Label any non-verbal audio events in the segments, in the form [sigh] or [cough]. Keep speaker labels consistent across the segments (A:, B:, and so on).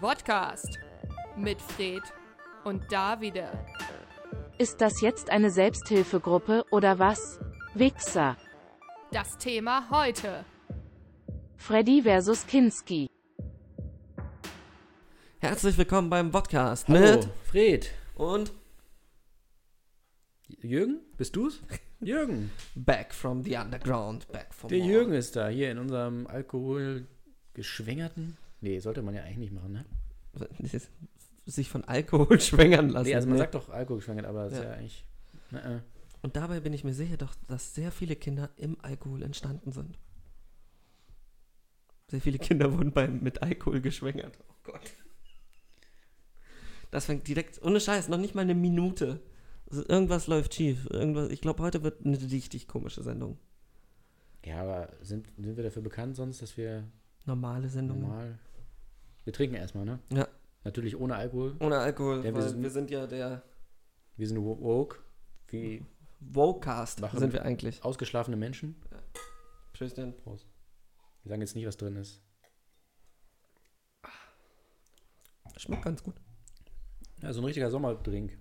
A: Podcast mit Fred und Davide.
B: Ist das jetzt eine Selbsthilfegruppe oder was? Wichser.
A: Das Thema heute.
B: Freddy versus Kinski.
C: Herzlich willkommen beim Podcast
D: Hallo,
C: mit
D: Fred.
C: und
D: Jürgen, bist du's? [laughs] Jürgen.
C: Back from the Underground, Back from
D: Der
C: all.
D: Jürgen ist da, hier in unserem alkoholgeschwängerten. Nee, sollte man ja eigentlich nicht machen, ne?
C: Das ist- sich von Alkohol [laughs] schwängern lassen.
D: Nee, also man
C: ne?
D: sagt doch alkoholgeschwängert, aber das ist
C: Ja.
D: ja eigentlich. Na, äh.
C: und dabei bin ich mir sicher, doch, dass sehr viele Kinder im Alkohol entstanden sind. Sehr viele Kinder wurden beim, mit Alkohol geschwängert. Oh Gott. Das fängt direkt, ohne Scheiß, noch nicht mal eine Minute. Also irgendwas läuft schief. Irgendwas, ich glaube, heute wird eine richtig komische Sendung.
D: Ja, aber sind, sind wir dafür bekannt sonst, dass wir
C: Normale Sendung.
D: normal. Wir trinken erstmal, ne?
C: Ja.
D: Natürlich ohne Alkohol.
C: Ohne Alkohol.
D: Ja, wir
C: weil
D: sind-
C: wir sind ja der
D: Wir sind wo- woke, wie
C: Wocast
D: Machen.
C: sind wir eigentlich.
D: ausgeschlafene Menschen.
C: Tristan.
D: Prost. Wir sagen jetzt nicht, was drin ist.
C: Schmeckt ganz gut.
D: Also ein richtiger Sommerdrink.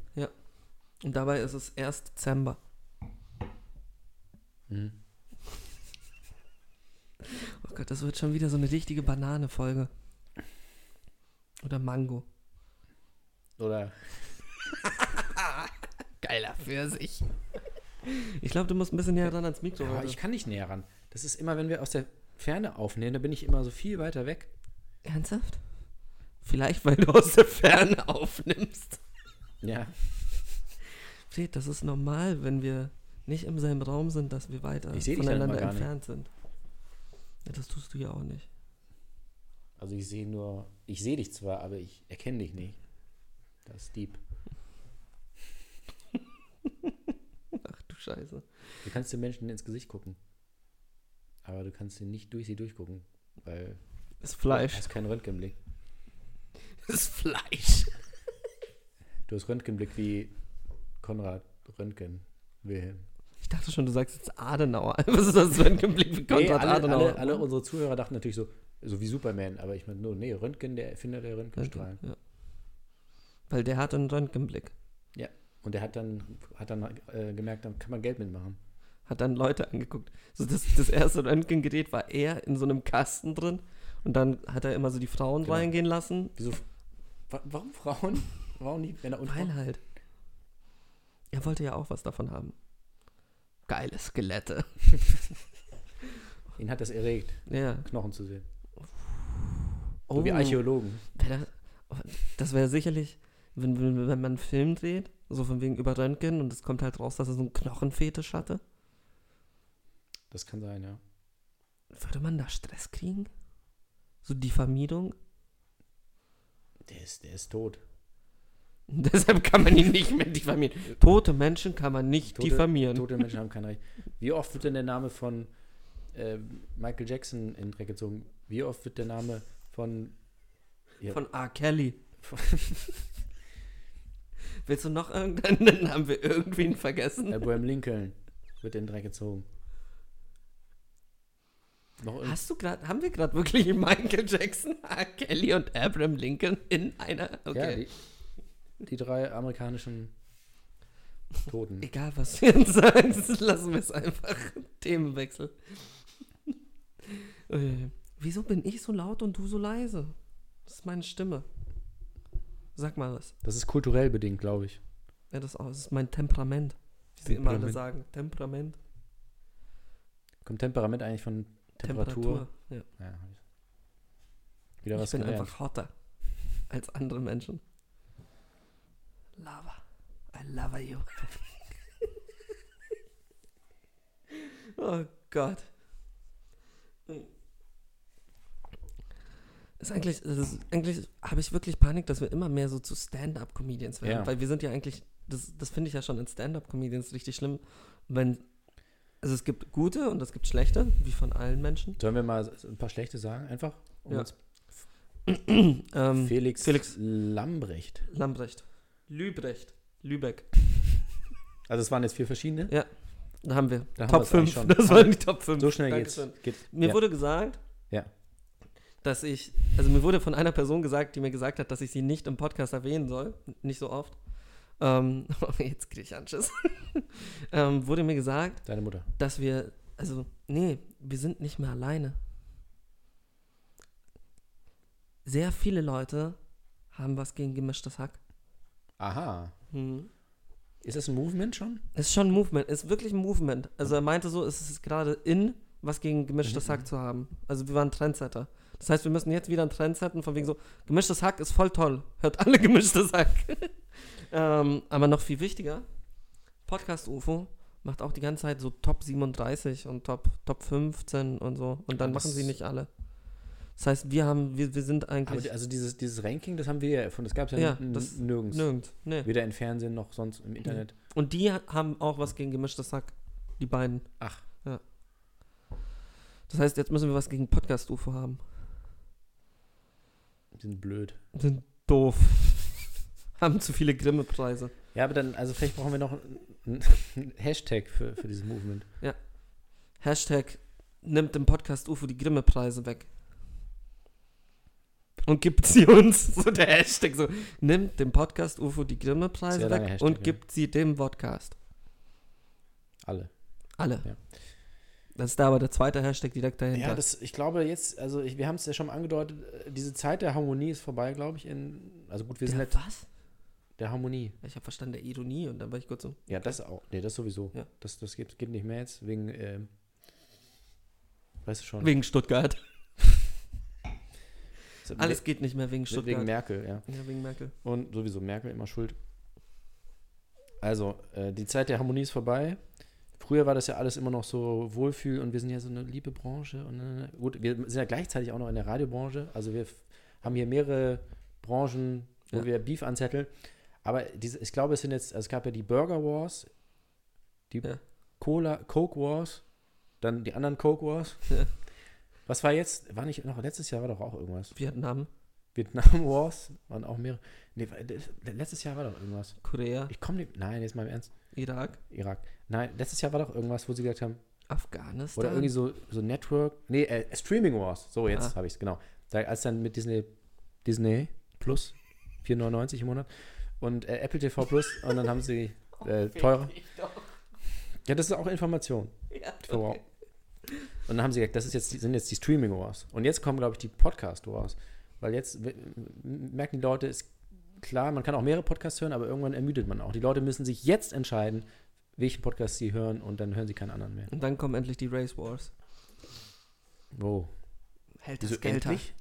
C: Und dabei ist es erst Dezember.
D: Mhm.
C: Oh Gott, das wird schon wieder so eine richtige Banane-Folge. Oder Mango.
D: Oder
C: Geiler für sich. Ich glaube, du musst ein bisschen näher dran ans Mikro.
D: Ja,
C: heute.
D: ich kann nicht näher ran. Das ist immer, wenn wir aus der Ferne aufnehmen, da bin ich immer so viel weiter weg.
C: Ernsthaft? Vielleicht, weil du aus der Ferne [laughs] aufnimmst.
D: Ja.
C: Fred, das ist normal, wenn wir nicht im selben Raum sind, dass wir weiter
D: Ich seh dich dann immer gar nicht.
C: entfernt sind. Ja, das tust du ja auch nicht.
D: Also ich sehe nur, ich sehe dich zwar, aber ich erkenne dich nicht. Das ist deep.
C: Ach du Scheiße.
D: Du kannst den Menschen ins Gesicht gucken. Aber du kannst ihn nicht durch sie durchgucken, weil
C: Ist
D: du
C: Fleisch.
D: hast keinen Röntgenblick.
C: [laughs] Ist Fleisch.
D: Du hast Röntgenblick wie Konrad Röntgen, Wilhelm.
C: Ich dachte schon, du sagst jetzt Adenauer. [laughs] Was ist das für ein Blick wie Konrad
D: nee, alle,
C: Adenauer?
D: alle, alle unsere Zuhörer dachten natürlich so, so wie Superman, aber ich meine nur, nee, Röntgen, der Erfinder der Röntgenstrahlen.
C: ja. Weil der hat einen Röntgenblick.
D: Ja. Und der hat dann, hat dann äh, gemerkt, dann kann man Geld mitmachen.
C: Hat dann Leute angeguckt. So das, das erste Röntgengerät war er in so einem Kasten drin. Und dann hat er immer so die Frauen
D: Genau.
C: reingehen lassen.
D: Wieso? Wa- Warum Frauen? Warum nicht Männer und
C: Weil
D: Frauen?
C: halt. Er wollte ja auch was davon haben. Geile Skelette.
D: Ihn hat das erregt,
C: Ja.
D: Knochen zu sehen.
C: Oh,
D: So wie Archäologen.
C: wär das oh, das wäre sicherlich, wenn, wenn, wenn man einen Film dreht, so von wegen über Röntgen und es kommt halt raus, dass er so einen Knochenfetisch hatte.
D: Das kann sein, ja.
C: Würde man da Stress kriegen? So Diffamierung? [laughs]
D: Der ist, der ist tot.
C: Deshalb kann man ihn nicht mehr diffamieren. Tote Menschen kann man nicht
D: Tote-
C: diffamieren.
D: Tote Menschen haben kein Recht. Wie oft wird denn der Name von äh, Michael Jackson in den Dreck gezogen? Wie oft wird der Name von.
C: Von R.
D: [laughs]
C: Kelly.
D: Von-
C: Willst du noch irgendeinen? Haben wir irgendwen vergessen?
D: Abraham Lincoln wird in den Dreck gezogen? Noch irgend-
C: Hast du gerade, haben wir gerade wirklich [laughs] Michael Jackson, [laughs] R. Kelly und Abraham Lincoln in einer?
D: ja,
C: Okay.
D: die, die drei amerikanischen Toten.
C: Egal, was [laughs] du jetzt sagst, lassen wir es einfach. [laughs] Themenwechsel. [laughs] Äh, Wieso bin ich so laut und du so leise? Das ist meine Stimme. Sag mal was.
D: Das ist kulturell bedingt, glaube ich.
C: Ja, das, ist auch- das ist mein Temperament. Wie sie immer alle
D: Temperament.
C: sagen. Temperament.
D: Kommt Temperament eigentlich von Temperatur?
C: Ja.
D: Ja. Wieder
C: ich
D: was
C: bin
D: gelernt.
C: einfach hotter als andere Menschen. Lava. I love you. [laughs] oh Gott. Ist eigentlich, das ist, eigentlich habe ich wirklich Panik, dass wir immer mehr so zu Stand-up-Comedians werden.
D: Ja.
C: Weil wir sind ja eigentlich, das, das finde ich ja schon in Stand-up-Comedians richtig schlimm, wenn, also es gibt gute und es gibt schlechte, wie von allen Menschen.
D: Sollen wir mal so ein paar schlechte sagen, einfach?
C: Ja.
D: uns-
C: Ähm,
D: Felix,
C: Felix.
D: Lambrecht.
C: Lambrecht. Lübrecht. Lübeck.
D: Also es waren jetzt vier verschiedene.
C: Da haben wir.
D: Da haben
C: Top
D: wir's eigentlich
C: 5.
D: schon.
C: Das waren die Top 5.
D: So schnell
C: Dankeschön.
D: geht's. geht's.
C: Mir
D: ja.
C: wurde gesagt,
D: Ja.
C: dass ich, also mir wurde von einer Person gesagt, die mir gesagt hat, dass ich sie nicht im Podcast erwähnen soll, nicht so oft. Ähm, [laughs] jetzt kriege ich Anschiss. [laughs] ähm, wurde mir gesagt,
D: Deine Mutter.
C: dass wir, also, nee, wir sind nicht mehr alleine. Sehr viele Leute haben was gegen gemischtes Hack.
D: Aha.
C: Mhm.
D: Ist das ein Movement schon?
C: Ist schon ein Movement, ist wirklich ein Movement. Also er meinte so, es ist gerade in, was gegen gemischtes
D: Mhm.
C: Hack zu haben. Also wir waren Trendsetter. Das heißt, wir müssen jetzt wieder einen Trend setten, von wegen so, gemischtes Hack ist voll toll. Hört alle [laughs] gemischtes Hack. ähm, aber noch viel wichtiger, Podcast UFO macht auch die ganze Zeit so Top 37 und Top, Top 15 und so. Und dann
D: Ah, das-
C: machen sie nicht alle. Das heißt, wir haben, wir, wir sind
D: Aber
C: eigentlich
D: die- also dieses, dieses Ranking, das haben wir ja erfunden. Das gab es ja,
C: Ja,
D: n-
C: das-
D: nirgends.
C: nirgends. Nee.
D: Weder im Fernsehen noch sonst im Internet.
C: Und die ha- haben auch was gegen gemischtes Hack. Die beiden.
D: Ach.
C: Ja. Das heißt, jetzt müssen wir was gegen Podcast-UFO haben.
D: Die sind blöd.
C: Sind doof. [laughs] haben zu viele Grimme-Preise.
D: Ja, aber dann, also vielleicht brauchen wir noch einen einen [laughs] Hashtag für, für dieses Movement.
C: Hashtag nimmt dem Podcast-UFO die Grimme-Preise weg. Und gibt sie uns. [laughs] So der Hashtag so. Nimmt dem Podcast-UFO die Grimme-Preise
D: Sehr
C: weg
D: langer Hashtag,
C: und
D: ja.
C: gibt sie dem Podcast.
D: Alle.
C: Alle.
D: Ja.
C: Das ist da aber der zweite Hashtag direkt dahinter.
D: Ja, das, ich glaube jetzt, also ich, wir haben es ja schon mal angedeutet, äh, diese Zeit der Harmonie ist vorbei, glaube ich. In, also gut, wir sind
C: der,
D: jetzt
C: was?
D: der Harmonie.
C: Ich habe verstanden, der Ironie und dann war ich kurz so.
D: Ja, das auch. Nee, das sowieso.
C: Ja.
D: Das, das geht, geht nicht mehr jetzt, wegen, ähm, weißt du schon.
C: Wegen Stuttgart.
D: So,
C: Alles geht nicht mehr wegen
D: we-
C: Stuttgart.
D: wegen Merkel, ja.
C: ja, wegen Merkel.
D: Und sowieso Merkel immer schuld. Also, äh, die Zeit der Harmonie ist vorbei. Früher war das ja alles immer noch so Wohlfühl und wir sind ja so eine liebe Branche. Und, äh, gut, wir sind ja gleichzeitig auch noch in der Radiobranche. Also, wir f- haben hier mehrere Branchen, wo
C: Ja.
D: wir Beef anzetteln. Aber diese, ich glaube, es sind jetzt, also es gab ja die Burger Wars, die
C: Ja.
D: Cola, Coke Wars, dann die anderen Coke Wars.
C: Ja.
D: Was war jetzt, war nicht noch, letztes Jahr war doch auch irgendwas.
C: Vietnam,
D: Vietnam [laughs] Wars waren auch mehrere. Nee, war- das- letztes Jahr war doch irgendwas.
C: Korea,
D: Ich komme nicht. Nein, jetzt mal im Ernst.
C: Irak,
D: Irak. Nein, letztes Jahr war doch irgendwas, wo sie gesagt haben,
C: Afghanistan.
D: oder irgendwie so, so Network. Nee, äh, Streaming Wars. So, jetzt
C: Ah.
D: habe ich es, genau. Da, als dann mit Disney, Disney Plus, 4,99 im Monat und äh, Apple TV Plus und dann
C: [laughs]
D: haben sie
C: Oh,
D: äh, teurer. Ja, das ist auch Information.
C: Ja,
D: TV. Und dann haben sie gesagt, das ist jetzt, die- sind jetzt die Streaming Wars. Und jetzt kommen, glaube ich, die Podcast Wars. Weil jetzt w- m- merken die Leute, ist klar, man kann auch mehrere Podcasts hören, aber irgendwann ermüdet man auch. Die Leute müssen sich jetzt entscheiden, welchen Podcast sie hören und dann hören sie keinen anderen mehr.
C: Und dann kommen endlich die Race Wars.
D: Wow.
C: Hält
D: Wieso endlich?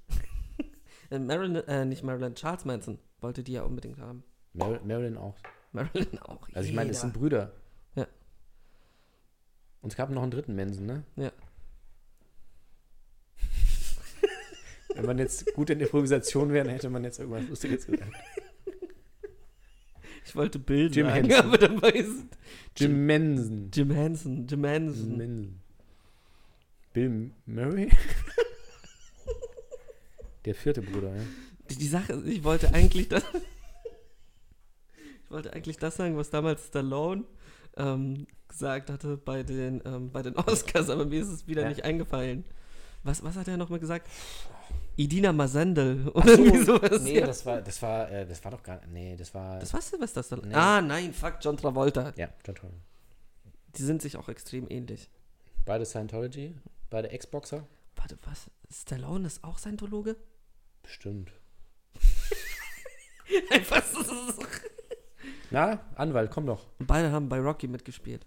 C: Äh, Marilyn, äh, nicht Marilyn, Charles Manson wollte die ja unbedingt haben. [laughs]
D: Mar Marilyn auch.
C: Marilyn auch.
D: Also ich meine, das
C: jeder.
D: sind Brüder.
C: Ja.
D: Und es gab noch einen dritten Mensen, ne?
C: Ja.
D: [laughs] Wenn man jetzt gut in Improvisation wäre, dann hätte man jetzt irgendwas Lustiges gesagt.
C: ich wollte Bill
D: Jim
C: sagen, [laughs]
D: Henson.
C: aber dabei ist
D: Jim Mensen.
C: Jim Henson, Jim Henson.
D: Mendel. Bill Murray?
C: [laughs]
D: Der vierte Bruder, ja.
C: Die, die Sache ist, ich wollte eigentlich das. [laughs] ich wollte eigentlich das sagen, was damals Stallone ähm, gesagt hatte bei den, ähm, bei den Oscars, aber mir ist es wieder
D: Ja.
C: nicht eingefallen. Was, was hat er nochmal gesagt? Idina Masendel [laughs]
D: Ach
C: oder
D: so,
C: irgendwie sowas.
D: nee,
C: ja.
D: das war, das war, äh, das war doch gar nee, das war,
C: das war Sylvester Stallone.
D: Nee.
C: Ah, nein, fuck, John Travolta.
D: ja, John Travolta.
C: Die sind sich auch extrem ähnlich.
D: Beide Scientology, beide Ex-Boxer.
C: Warte, was? Stallone ist auch Scientologe?
D: Bestimmt.
C: [laughs] Einfach so.
D: Na, Anwalt, komm doch.
C: Und beide haben bei Rocky mitgespielt.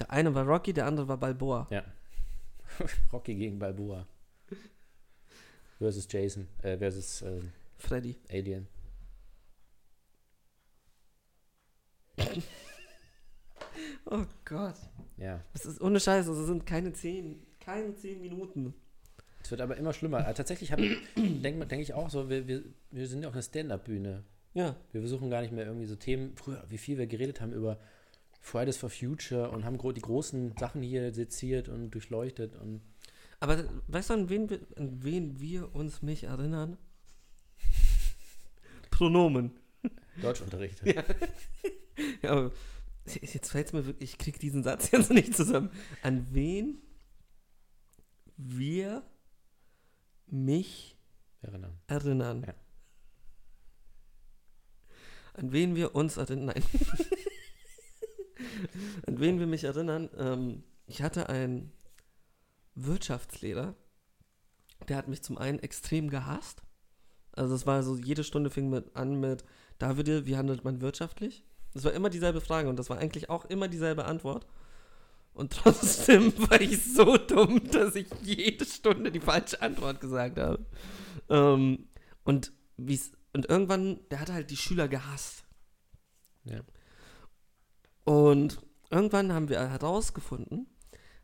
C: Der eine war Rocky, der andere war Balboa.
D: Ja. [laughs] Rocky gegen Balboa. Versus Jason, äh, versus ähm,
C: Freddy.
D: Alien.
C: Oh Gott.
D: Ja.
C: Das ist ohne Scheiß, also es sind keine zehn, keine zehn Minuten.
D: Es wird aber immer schlimmer. Aber tatsächlich denke [clears throat] denk ich auch so, wir, wir, wir sind ja auch eine Stand-Up-Bühne.
C: Ja.
D: Wir versuchen gar nicht mehr irgendwie so Themen, früher, wie viel wir geredet haben über Fridays for Future und haben gro die großen Sachen hier seziert und durchleuchtet und
C: Aber weißt du, an wen wir, an wen wir uns mich erinnern? [laughs] Pronomen.
D: Deutschunterricht.
C: Ja, aber [laughs] jetzt fällt es mir wirklich, ich krieg diesen Satz jetzt nicht zusammen. An wen wir mich
D: Erinnern.
C: erinnern.
D: Ja.
C: An wen wir uns erinnern. Nein. [laughs] An wen wir mich erinnern. Ähm, ich hatte einen Wirtschaftslehrer, der hat mich zum einen extrem gehasst. Also es war so, jede Stunde fing mit an mit, David, wie handelt man wirtschaftlich? Das war immer dieselbe Frage und das war eigentlich auch immer dieselbe Antwort. Und trotzdem [laughs] war ich so dumm, dass ich jede Stunde die falsche Antwort gesagt habe. Ähm, und, wie's, und irgendwann, der hatte halt die Schüler gehasst.
D: Ja.
C: Und irgendwann haben wir herausgefunden,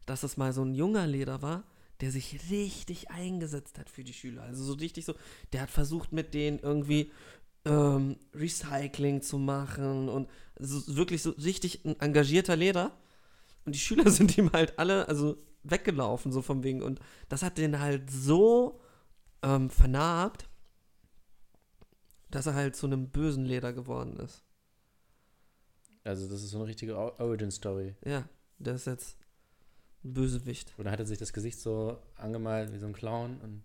C: dass es mal so ein junger Lehrer war, der sich richtig eingesetzt hat für die Schüler. Also so richtig so, der hat versucht mit denen irgendwie ähm, Recycling zu machen und so, wirklich so richtig ein engagierter Lehrer. Und die Schüler [laughs] sind ihm halt alle, also weggelaufen, so vom Wegen. Und das hat den halt so ähm, vernarbt, dass er halt zu einem bösen Leder geworden ist.
D: Also das ist so eine richtige O- Origin-Story.
C: Ja, der ist jetzt ein Bösewicht.
D: Und dann hat er sich das Gesicht so angemalt wie so ein Clown und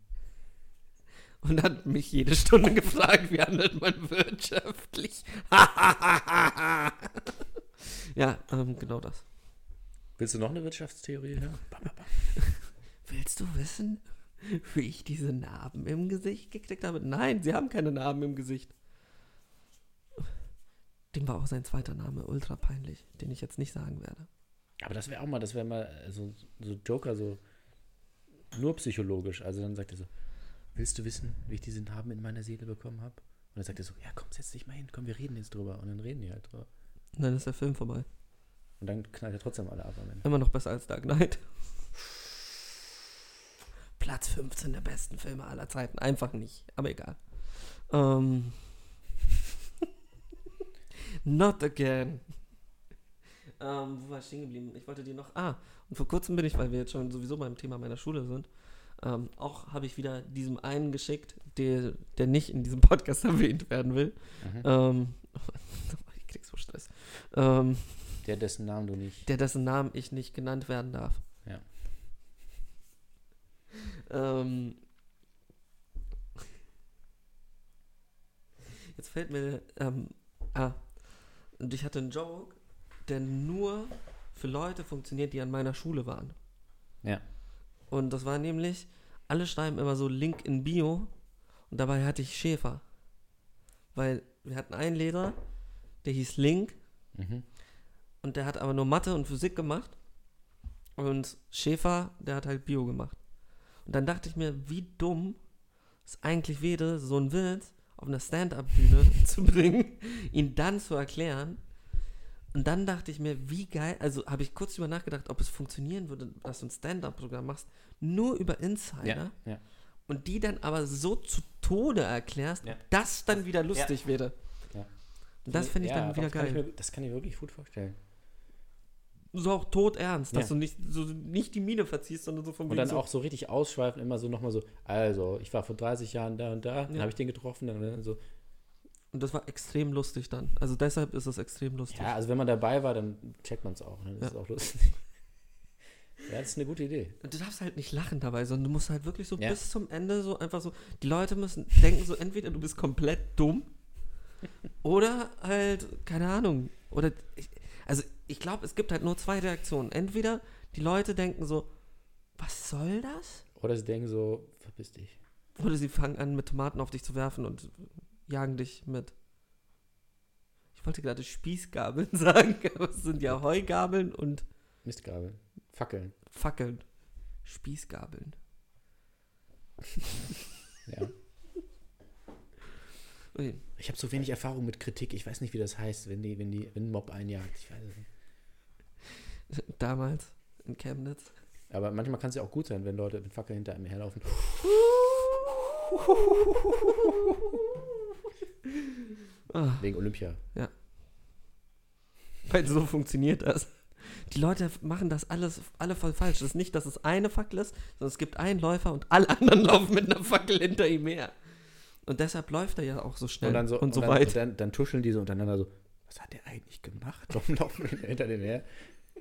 C: Und hat mich jede Stunde gefragt, wie handelt man wirtschaftlich? [laughs] ja, ähm, genau das.
D: Willst du noch eine Wirtschaftstheorie? Ja.
C: Willst du wissen, wie ich diese Narben im Gesicht gekriegt habe? Nein, sie haben keine Narben im Gesicht. Dem war auch sein zweiter Name ultra peinlich, den ich jetzt nicht sagen werde.
D: Aber das wäre auch mal, das wäre mal äh, so, so Joker, so nur psychologisch. Also dann sagt er so, willst du wissen, wie ich diesen Haben in meiner Seele bekommen habe? Und dann sagt er so, ja komm, setz dich mal hin, komm, wir reden jetzt drüber. Und dann reden die halt drüber.
C: Und dann ist der Film vorbei.
D: Und dann knallt er trotzdem alle ab am Ende.
C: Immer noch besser als Dark Knight. Platz 15 der besten Filme aller Zeiten. Einfach nicht, aber egal. Ähm. [laughs] Not again. Ähm, wo war ich stehen geblieben? Ich wollte dir noch. Ah, und vor kurzem bin ich, weil wir jetzt schon sowieso beim Thema meiner Schule sind, ähm, auch habe ich wieder diesem einen geschickt, der, der nicht in diesem Podcast [laughs] erwähnt werden will.
D: Mhm.
C: Ähm, [laughs] ich krieg so Stress. Ähm,
D: Mhm. Der, dessen Namen du nicht.
C: der dessen Namen ich nicht genannt werden darf.
D: Ja.
C: Ähm, jetzt fällt mir, ähm, ah, und ich hatte einen Joke, der nur für Leute funktioniert, die an meiner Schule waren.
D: Ja.
C: Und das war nämlich, alle schreiben immer so Link in Bio und dabei hatte ich Schäfer. Weil wir hatten einen Lehrer, der hieß Link
D: Mhm.
C: und der hat aber nur Mathe und Physik gemacht. Und Schäfer, der hat halt Bio gemacht. Und dann dachte ich mir, wie dumm es eigentlich wäre, so einen Witz auf einer Stand-Up-Bühne [laughs] zu bringen, ihn dann zu erklären. Und dann dachte ich mir, wie geil, also habe ich kurz drüber nachgedacht, ob es funktionieren würde, dass du ein Stand-Up-Programm machst, nur über Insider
D: Ja. ja.
C: und die dann aber so zu Tode erklärst,
D: Ja.
C: dass dann wieder lustig wäre.
D: Ja.
C: Und das finde ich
D: Ja,
C: dann wieder
D: das kann
C: geil.
D: ich mir- das kann ich mir wirklich gut vorstellen.
C: so auch tot ernst, dass du
D: Ja.
C: nicht, so nicht die Miene verziehst, sondern so vom
D: Und dann
C: so,
D: auch so richtig ausschweifend, immer so nochmal so, also, ich war vor 30 Jahren da und da, dann
C: Ja.
D: habe ich den getroffen, dann, dann so.
C: Und das war extrem lustig dann. Also deshalb ist es extrem lustig.
D: Ja, also wenn man dabei war, dann checkt man es auch. Ne? Das
C: Ja.
D: ist auch lustig. [laughs] ja, das ist eine gute Idee.
C: Und du darfst halt nicht lachen dabei, sondern du musst halt wirklich so
D: Ja.
C: bis zum Ende so einfach so, die Leute müssen denken so, entweder du bist komplett dumm oder halt, keine Ahnung. Oder, ich, also ich glaube, es gibt halt nur zwei Reaktionen. Entweder die Leute denken so, was soll das?
D: Oder sie denken so, verpiss dich.
C: Oder sie fangen an, mit Tomaten auf dich zu werfen und jagen dich mit. Ich wollte gerade Spießgabeln [laughs] sagen, aber es sind ja Heugabeln und
D: Mistgabel. Fackeln.
C: Fackeln. Spießgabeln.
D: Ja.
C: Okay.
D: Ich habe so wenig Erfahrung mit Kritik. Ich weiß nicht, wie das heißt, wenn die, wenn die, wenn ein Mob einjagt. Ich weiß es nicht.
C: Damals in
D: [laughs]
C: Chemnitz.
D: Aber manchmal kann es ja auch gut sein, wenn Leute mit Fackeln hinter einem herlaufen.
C: Ah,
D: Wegen Olympia.
C: weil so funktioniert das. Die Leute machen das alles alle voll falsch. Es ist nicht, dass es eine Fackel ist, sondern es gibt einen Läufer und alle anderen [laughs] laufen mit einer Fackel hinter ihm her. Und deshalb läuft er ja auch so schnell
D: Und dann so,
C: und so
D: dann,
C: weit.
D: Und dann, dann tuscheln die so untereinander so, was hat der eigentlich gemacht? Warum laufen wir hinter dem her?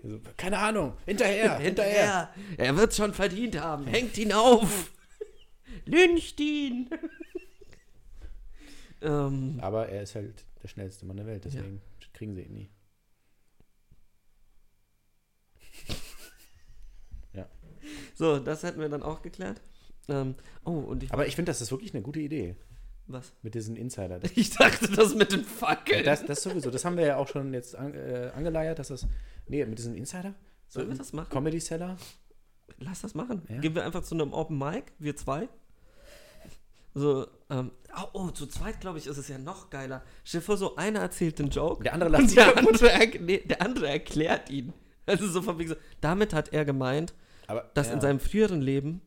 D: So, keine Ahnung, [laughs] hinterher, hinterher.
C: Er wird schon verdient haben. Hängt ihn auf. Lyncht ihn. [laughs] ähm,
D: Aber er ist halt der schnellste Mann der Welt, deswegen kriegen sie ihn nie.
C: so, das hätten wir dann auch geklärt. Ähm, oh, und ich.
D: Aber ich finde, das ist wirklich eine gute Idee
C: was? [laughs]
D: mit diesen Insider. Das,
C: Ich dachte, das mit den Fackeln.
D: das, das sowieso, das haben wir ja auch schon jetzt an, äh, angeleiert, dass das. Nee, mit diesem Insider? So
C: Sollen wir
D: im
C: das machen?
D: Comedy Seller?
C: Lass das machen.
D: Ja.
C: Gehen wir einfach zu einem Open Mic, wir zwei. So, ähm, oh, oh, zu zweit, glaube ich, ist es ja noch geiler. Stell dir vor, so einer erzählt den Joke.
D: Der andere
C: [laughs]
D: lacht
C: und
D: sich
C: der andere, erk- nee, der andere erklärt ihn. Also so von wegen so, damit hat er gemeint,
D: Aber,
C: dass
D: ja.
C: in seinem früheren Leben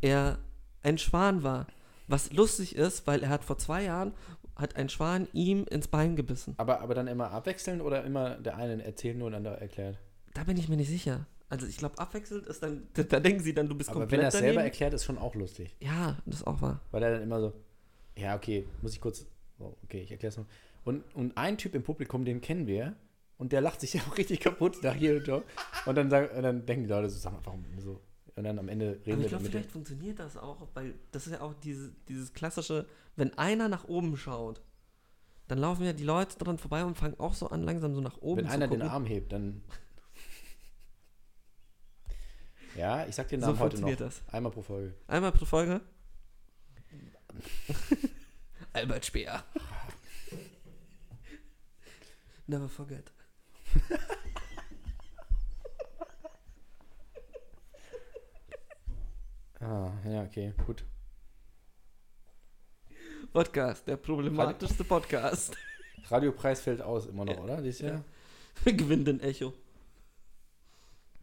C: er ein Schwan war. Was lustig ist, weil er hat vor zwei Jahren, hat ein Schwan ihm ins Bein gebissen.
D: aber, aber dann immer abwechselnd oder immer der eine erzählt nur und der andere erklärt?
C: Da bin ich mir nicht sicher. Also ich glaube, abwechselnd ist dann, [laughs] da, da denken sie dann, du bist
D: Aber wenn
C: komplett
D: er es selber
C: daneben.
D: erklärt, ist schon auch lustig.
C: Ja, das ist auch wahr.
D: Weil er dann immer so, ja, okay, muss ich kurz, oh, okay, ich erkläre es mal. Und, und ein Typ im Publikum, den kennen wir, und der lacht sich [laughs] ja auch richtig kaputt nach jedem Job. Und dann, sagen, und dann denken die Leute so, sag mal, warum so? Und dann am Ende
C: Aber
D: reden wir
C: ich glaube,
D: mit
C: vielleicht funktioniert das auch, weil das ist ja auch diese, dieses klassische, wenn einer nach oben schaut, dann laufen ja die Leute dran vorbei und fangen auch so an, langsam so nach oben
D: Wenn
C: zu
D: einer
C: gucken.
D: den Arm hebt, dann. ja, ich sag den
C: So
D: Namen heute noch.
C: funktioniert das.
D: Einmal pro Folge.
C: Einmal pro Folge. [laughs] Albert Speer. Never forget.
D: Ah, ja, okay, gut.
C: Podcast, der problematischste Podcast.
D: Radiopreis fällt aus immer noch, oder? Dieses Jahr?
C: Gewinnt den Echo.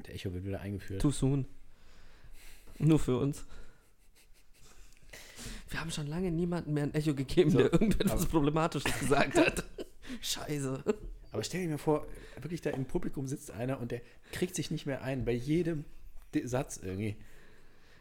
D: Der Echo wird wieder eingeführt.
C: Too soon. Nur für uns. Wir haben schon lange niemandem mehr ein Echo gegeben,
D: So,
C: der irgendetwas
D: aber-
C: Problematisches gesagt hat.
D: [laughs]
C: Scheiße.
D: Aber stell dir mal vor, wirklich da im Publikum sitzt einer und der kriegt sich nicht mehr ein bei jedem D- Satz irgendwie.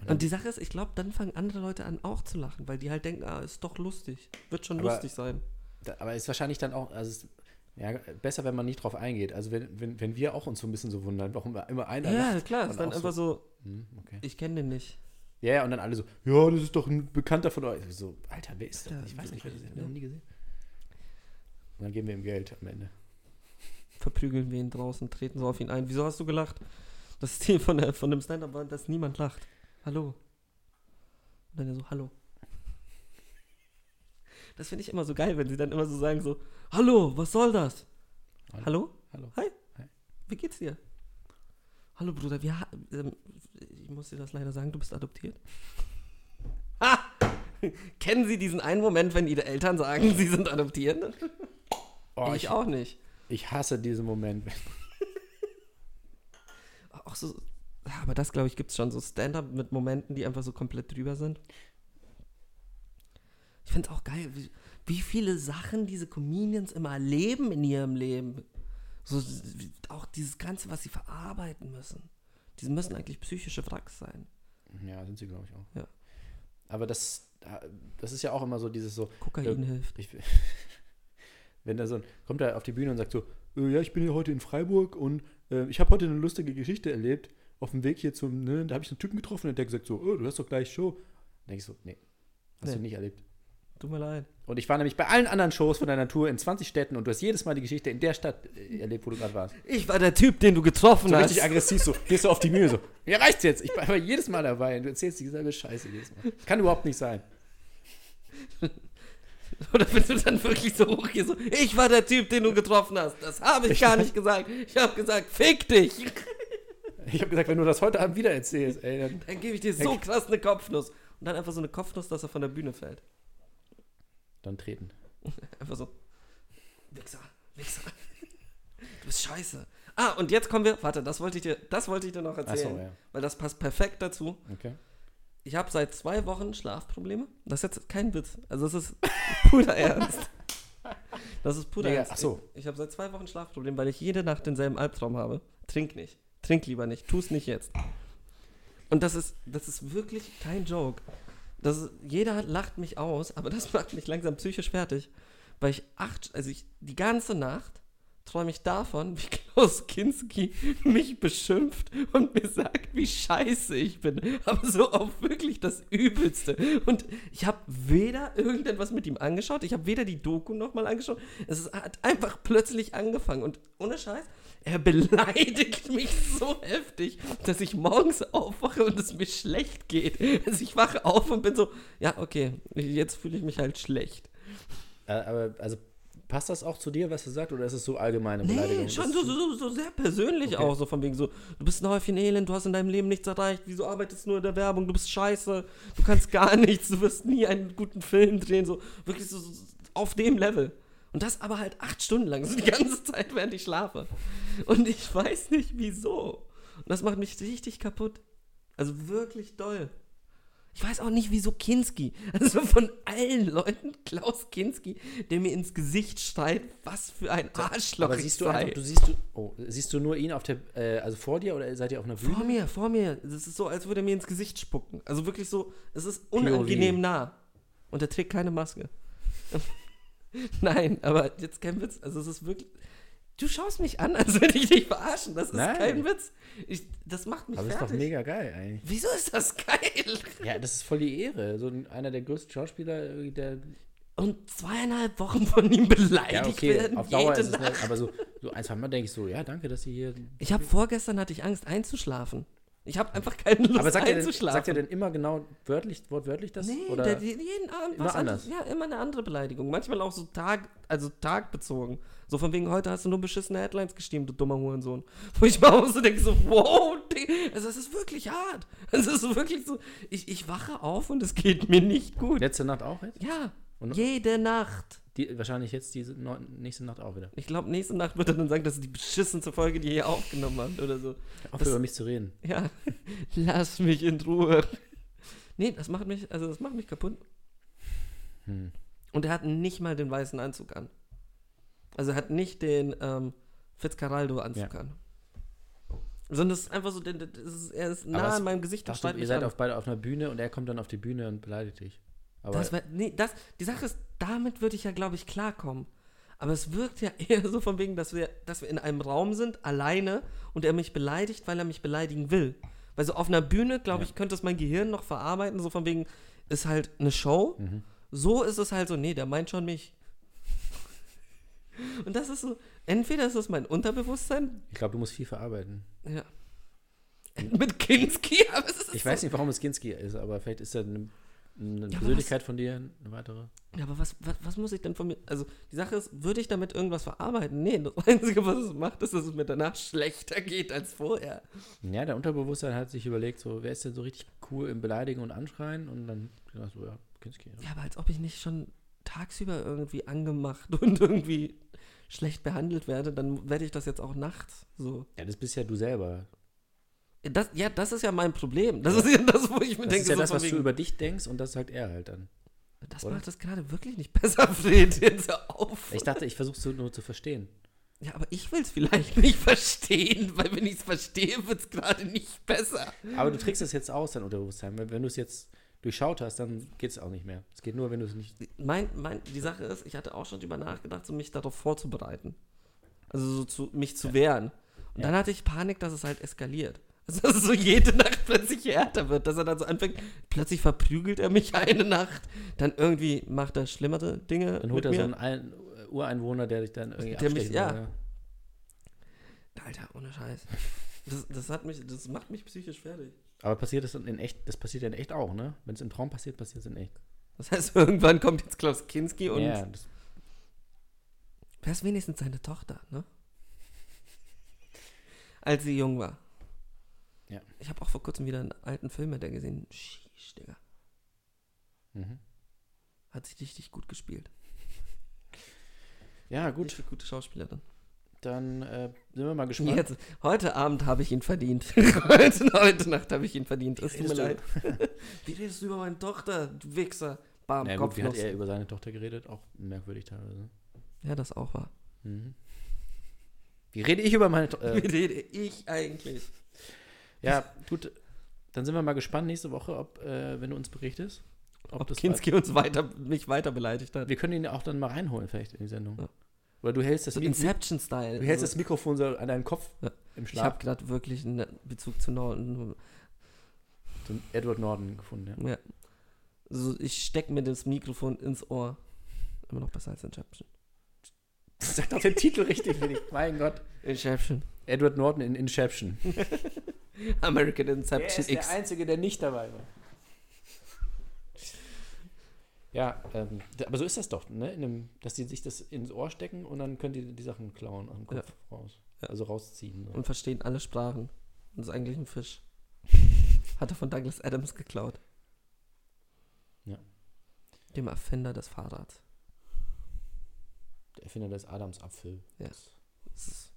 C: Und die Sache ist, ich glaube, dann fangen andere Leute an auch zu lachen, weil die halt denken, ah, ist doch lustig. Wird schon
D: Aber-
C: lustig sein.
D: Da, aber ist wahrscheinlich dann auch, also es, ja, besser, wenn man nicht drauf eingeht. Also wenn, wenn, wenn wir auch uns so ein bisschen so wundern, warum wir immer einer
C: Ja,
D: lacht
C: klar,
D: und
C: ist dann
D: auch so-
C: einfach so,
D: Hm, okay.
C: ich kenne den nicht.
D: Ja, ja, und dann alle so, ja, das ist doch ein Bekannter von euch. So, Alter, wer ist das? Ich weiß nicht, wer das ist. Ich
C: ne?
D: noch nie gesehen. Und dann geben wir ihm Geld am Ende.
C: Verprügeln wir ihn draußen, treten so auf ihn ein. Wieso hast du gelacht? Das Ziel von, der, von dem Stand-Up war, dass niemand lacht. Hallo. Und dann er so, hallo. Das finde ich immer so geil, wenn sie dann immer so sagen so, hallo, was soll das?
D: Hallo.
C: Hallo?
D: Hallo.
C: Hi.
D: Hi.
C: Wie geht's dir? Hallo Bruder, wir ha- ähm, ich muss dir das leider sagen, du bist adoptiert. Ha! [laughs] Kennen Sie diesen einen Moment, wenn Ihre Eltern sagen, sie sind adoptiert?
D: Oh,
C: ich auch nicht.
D: Ich hasse diesen Moment. [laughs]
C: auch so, ja, aber das glaube ich gibt es schon, so Stand-up mit Momenten, die einfach so komplett drüber sind. Ich finde es auch geil, wie, wie viele Sachen diese Comedians immer erleben in ihrem Leben. So, s- wie- auch dieses Ganze, was sie verarbeiten müssen. Die müssen eigentlich psychische Wracks sein.
D: Ja, sind sie, glaube ich, auch.
C: Ja.
D: Aber das, das ist ja auch immer so dieses so,
C: Kokain
D: Ja.
C: hilft.
D: ich, [laughs] wenn da so ein, kommt er auf die Bühne und sagt so, äh, ja, ich bin hier heute in Freiburg und äh, ich habe heute eine lustige Geschichte erlebt. Auf dem Weg hier zum, ne, da habe ich einen Typen getroffen und der hat gesagt so, oh, du hast doch gleich Show. denke ich so, nee, hast
C: Nee.
D: du nicht erlebt.
C: Tut mir leid.
D: Und ich war nämlich bei allen anderen Shows von deiner Tour in 20 Städten und du hast jedes Mal die Geschichte in der Stadt äh, erlebt, wo du gerade warst.
C: Ich war der Typ, den du getroffen
D: So
C: hast.
D: richtig aggressiv, so gehst du auf die Mühe, so, mir reicht's jetzt, ich war jedes Mal dabei und du erzählst dieselbe Scheiße jedes Mal. Kann überhaupt nicht sein.
C: Oder bist du dann wirklich so hoch hier so, ich war der Typ, den du getroffen hast. Das habe ich,
D: Ich
C: gar
D: weiß-
C: nicht gesagt. Ich habe gesagt, fick dich.
D: Ich habe gesagt, wenn du das heute Abend wieder erzählst, ey, dann
C: Dann gebe ich dir so krass eine Kopfnuss. Und dann einfach so eine Kopfnuss, dass er von der Bühne fällt.
D: Dann treten.
C: Einfach so. Wichser, Wichser. Du bist scheiße. Ah, und jetzt kommen wir. Warte, das wollte ich dir, das wollte ich dir noch
D: Ach so,
C: erzählen.
D: ja.
C: Weil das passt perfekt dazu.
D: Okay.
C: Ich habe seit zwei Wochen Schlafprobleme. Das ist jetzt kein Witz. Also, das ist [laughs] purer Ernst. Das ist purer
D: Digga,
C: Ernst.
D: ach so.
C: Ich, ich habe seit zwei Wochen Schlafprobleme, weil ich jede Nacht denselben Albtraum habe. Trink nicht. Trink lieber nicht. Tu es nicht jetzt. Und das ist, das ist wirklich kein Joke. Das ist, jeder lacht mich [laughs] aus, aber das macht mich langsam psychisch fertig. Weil ich acht, also ich die ganze Nacht träume ich davon, wie [laughs] Klaus Kinski mich beschimpft und mir sagt, wie scheiße ich bin. Aber so auf wirklich das Übelste. Und ich habe weder irgendetwas mit ihm angeschaut, ich habe weder die Doku nochmal angeschaut. Es ist- hat einfach plötzlich angefangen. Und ohne Scheiß, er beleidigt [laughs] mich so heftig, dass ich morgens aufwache und es mir schlecht geht. Also ich wache auf und bin so, ja, okay, jetzt fühle ich mich halt schlecht.
D: Äh, aber also passt das auch zu dir, was er sagt, oder ist es so allgemeine Beleidigung?
C: Nee, schon so,
D: Das ist-
C: so, so sehr persönlich
D: Okay.
C: auch, so von wegen so, du bist ein Häufchen Elend, du hast in deinem Leben nichts erreicht, wieso arbeitest du nur in der Werbung, du bist scheiße, du kannst gar [laughs] nichts, du wirst nie einen guten Film drehen, so wirklich so, so so auf dem Level. Und das aber halt acht Stunden lang, [laughs] so die ganze Zeit, während ich schlafe. Und ich weiß nicht wieso. Und das macht mich richtig kaputt. Also wirklich doll. Ich weiß auch nicht, wieso Kinski. Also von allen Leuten Klaus Kinski, der mir ins Gesicht schreit, was für ein Arschloch
D: Aber
C: ich
D: siehst du,
C: sei.
D: einfach, du siehst du, oh, siehst du nur ihn auf der, äh, also vor dir oder seid ihr auf einer Bühne?
C: Vor mir, vor mir. Es ist so, als würde er mir ins Gesicht spucken. Also wirklich so, es ist unangenehm
D: POV.
C: nah. Und er trägt keine Maske. [laughs] Nein, aber jetzt kein Witz. Also es ist wirklich. Du schaust mich an, als würde ich dich verarschen. Das ist
D: Nein.
C: kein Witz. Ich, das macht mich
D: Aber ist doch
C: fertig.
D: mega geil eigentlich.
C: Wieso ist das geil?
D: Ja, das ist voll die Ehre. So ein- einer der größten Schauspieler, irgendwie, der.
C: Und zweieinhalb Wochen von ihm beleidigt
D: Ja, okay,
C: werden.
D: auf Dauer
C: jede
D: ist es
C: Nacht. [laughs]
D: nicht, aber so, so ein, zwei Mal denke ich so, ja, danke, dass ihr hier.
C: Ich habe vorgestern hatte ich Angst einzuschlafen. Ich habe einfach keine Lust
D: Aber sagt ihr, denn,
C: einzuschlafen.
D: sagt ihr denn immer genau wörtlich, wortwörtlich das?
C: Nee,
D: oder?
C: der, die- jeden Abend
D: immer
C: was anderes.
D: anders?
C: Ja, immer eine andere Beleidigung. Manchmal auch so Tag, also tagbezogen. So von wegen, heute hast du nur beschissene Headlines geschrieben, du dummer Hurensohn. [laughs] Wo ich mal auch so denke, so, wow, Di- also es ist wirklich hart. Es ist wirklich so, ich, ich wache auf und es geht mir nicht gut.
D: Letzte Nacht auch jetzt?
C: Ja,
D: Und-
C: jede Nacht.
D: Die, wahrscheinlich jetzt diese neu- nächste Nacht auch wieder.
C: Ich glaube, nächste Nacht wird er dann sagen, das ist die beschissenste Folge, die ihr hier aufgenommen habt oder so.
D: Auch
C: Das-
D: über mich zu reden.
C: Ja, [laughs] lass mich in Ruhe. Nee, das macht mich, also das macht mich kaputt.
D: Hm.
C: Und er hat nicht mal den weißen Anzug an. Also er hat nicht den ähm, Fitzcarraldo-Anzug
D: Ja.
C: an. Sondern es ist einfach so, der- der- das ist, er ist
D: Aber
C: nah
D: es-
C: an meinem Gesicht und
D: Dachte,
C: schreit
D: ihr
C: mich
D: seid
C: an.
D: auf beide auf einer Bühne und er kommt dann auf die Bühne und beleidigt dich. Aber
C: das war, nee, das, die Sache ist, damit würde ich ja, glaube ich, klarkommen. Aber es wirkt ja [laughs] eher so von wegen, dass wir, dass wir in einem Raum sind, alleine, und er mich beleidigt, weil er mich beleidigen will. Weil so auf einer Bühne, glaube
D: Ja.
C: ich, könnte es mein Gehirn noch verarbeiten, so von wegen, ist halt eine Show.
D: Mhm.
C: So ist es halt so, nee, der meint schon mich. [laughs] Und das ist so, entweder ist es mein Unterbewusstsein,
D: ich glaube, du musst viel verarbeiten.
C: ja. [laughs] Mit Kinski, aber es ist
D: Ich
C: so,
D: weiß nicht, warum es Kinski ist, aber vielleicht ist er eine, eine
C: aber
D: Persönlichkeit von dir, eine weitere.
C: Ja, aber was, was, was muss ich denn von mir? Also, die Sache ist, würde ich damit irgendwas verarbeiten? Nee, das [laughs] Einzige, was es macht, ist, dass es mir danach schlechter geht als vorher.
D: Ja, der Unterbewusstsein hat sich überlegt, so, wer ist denn so richtig cool im Beleidigen und Anschreien? Und dann ja, so, ja, Kinski. Ja.
C: Ja, aber als ob ich nicht schon tagsüber irgendwie angemacht [laughs] und irgendwie schlecht behandelt werde, dann werde ich das jetzt auch nachts so.
D: ja, das bist ja du selber.
C: Das, ja, das ist ja mein Problem. Das ist ja das, wo ich mir
D: Das
C: denke,
D: ist ja
C: so
D: das,
C: von
D: was du
C: wegen,
D: über dich denkst und das sagt er halt dann.
C: das
D: oder?
C: macht das gerade wirklich nicht [laughs] besser, Fred. Jetzt hör auf.
D: Ich dachte, ich versuche es nur zu verstehen.
C: ja, aber ich will es vielleicht nicht [laughs] verstehen, weil wenn ich es verstehe, wird es gerade nicht besser.
D: Aber du trägst es jetzt aus, dein Unterbewusstsein. Wenn, wenn du es jetzt durchschaut hast, dann geht es auch nicht mehr. Es geht nur, wenn du es nicht.
C: mein, mein, die Sache ist, ich hatte auch schon drüber nachgedacht, so mich darauf vorzubereiten. Also so zu, mich zu wehren. Und dann hatte ich Panik, dass es halt eskaliert. [laughs] Also dass es so jede Nacht plötzlich härter wird, dass er dann so anfängt, plötzlich verprügelt er mich [laughs] eine Nacht, dann irgendwie macht er schlimmere Dinge.
D: Dann holt
C: mit
D: er so
C: mir.
D: einen Ein äh, Ureinwohner, der dich dann irgendwie
C: Der mich-
D: abstechen
C: ja.
D: will, ne?
C: Alter, ohne Scheiß. Das, das hat mich, das macht mich psychisch fertig.
D: Aber passiert das dann in echt, das passiert ja in echt auch, ne? Wenn es im Traum passiert, passiert es in echt.
C: Das heißt, [laughs] irgendwann kommt jetzt Klaus Kinski und
D: ja, das,
C: Wer ist wenigstens seine Tochter, ne? Als sie jung war.
D: Ja.
C: Ich habe auch vor kurzem wieder einen alten Film mit der gesehen. Sheesh, Digga.
D: mhm.
C: Hat sich richtig gut gespielt.
D: ja gut,
C: Richtig gute Schauspielerin.
D: dann äh, sind wir mal gespannt.
C: Jetzt, heute Abend habe ich ihn verdient. [laughs] heute, heute Nacht habe ich ihn verdient. Es tut mir
D: redest du-
C: leid. [laughs] Wie redest du über meine Tochter, du Wichser? Bam,
D: Na gut, wie hat
C: Kopfnuss.
D: er über seine Tochter geredet? Auch merkwürdig teilweise.
C: Ja, das auch war.
D: Mhm. Wie rede ich über
C: [laughs]
D: meine Tochter?
C: Wie
D: Äh,
C: rede ich eigentlich?
D: ja, gut, dann sind wir mal gespannt nächste Woche, ob, äh, wenn du uns berichtest, ob,
C: Ob
D: das
C: Kinski uns weiter, mich weiter beleidigt hat.
D: Wir können ihn ja auch dann mal reinholen, vielleicht in die Sendung.
C: Ja.
D: Oder du hältst das,
C: So
D: Mi-
C: Inception-Style.
D: du hältst
C: Also,
D: das Mikrofon so an deinem Kopf
C: Ja.
D: im
C: ich habe
D: Schlaf.
C: gerade wirklich einen Bezug zu Norton.
D: Ich hab Edward Norton gefunden, [laughs] ja.
C: Ja. So, ich stecke mir das Mikrofon ins Ohr. Immer noch besser als Inception.
D: Sag doch den Titel richtig, Felix. Mein Gott.
C: Inception.
D: Edward Norton in [laughs] Inception.
C: American Inception X.
D: Einzige, der nicht dabei war. Ja, ähm, d- aber so ist das doch, ne? In einem, dass die sich das ins Ohr stecken und dann können die die Sachen klauen aus dem Kopf raus.
C: Ja.
D: Also rausziehen. So.
C: Und verstehen alle Sprachen. Und ist eigentlich ein
D: [laughs]
C: Fisch. Hat er von Douglas Adams geklaut.
D: Ja.
C: Dem Erfinder des Fahrrads.
D: Der Erfinder des Adamsapfel.
C: Ja. Das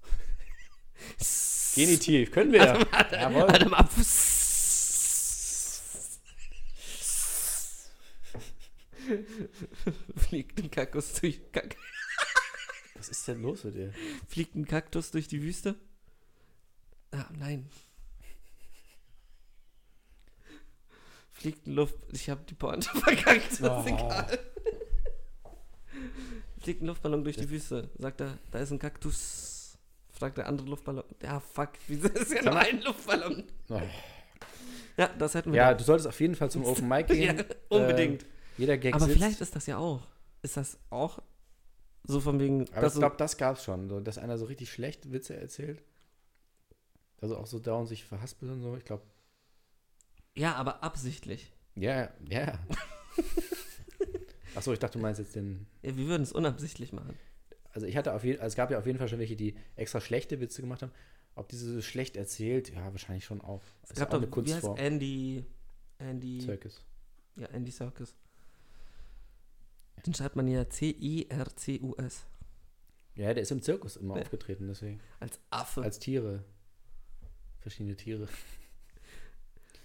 C: ist-
D: Genitiv, können wir. Jawohl.
C: Adam Apfel. Fliegt ein Kaktus durch, Kak
D: Was ist denn los mit dir?
C: fliegt ein Kaktus durch die Wüste? Ah, nein. Fliegt ein Luft. Ich habe die Pointe [laughs] verkackt. Ist
D: Oh.
C: egal. Fliegt ein Luftballon durch die Wüste. Sagt er, da ist ein Kaktus. Fragt der andere Luftballon. Ja, fuck. Wieso ist ja
D: Sag
C: nur
D: mal.
C: ein Luftballon?
D: Oh.
C: Ja, das hätten wir.
D: Ja,
C: dann.
D: du solltest auf jeden Fall zum Open Mic
C: [laughs] ja
D: gehen.
C: unbedingt.
D: Ähm, jeder Gag
C: Aber
D: sitzt.
C: vielleicht ist das ja auch. Ist das auch so von wegen.
D: Aber
C: dass
D: ich
C: so-
D: glaube, das gab's schon, so, dass einer so richtig schlecht Witze erzählt. Also auch so dauernd sich verhaspelt und so. Ich glaube,
C: ja, aber absichtlich.
D: ja,
C: [laughs]
D: ja. Achso, ich dachte, du meinst jetzt den.
C: Ja, wir würden es unabsichtlich machen.
D: Also ich hatte auf jeden, also es gab ja auf jeden Fall schon welche, die extra schlechte Witze gemacht haben. Ob diese so schlecht erzählt, ja, wahrscheinlich schon auch.
C: Es gab doch, wie heißt Andy. Andy.
D: Circus.
C: Ja, Andy Circus. Den schreibt man ja C-I-R-C-U-S.
D: Ja, der ist im Zirkus immer
C: Ja.
D: aufgetreten, deswegen.
C: Als Affe.
D: Als Tiere. Verschiedene Tiere.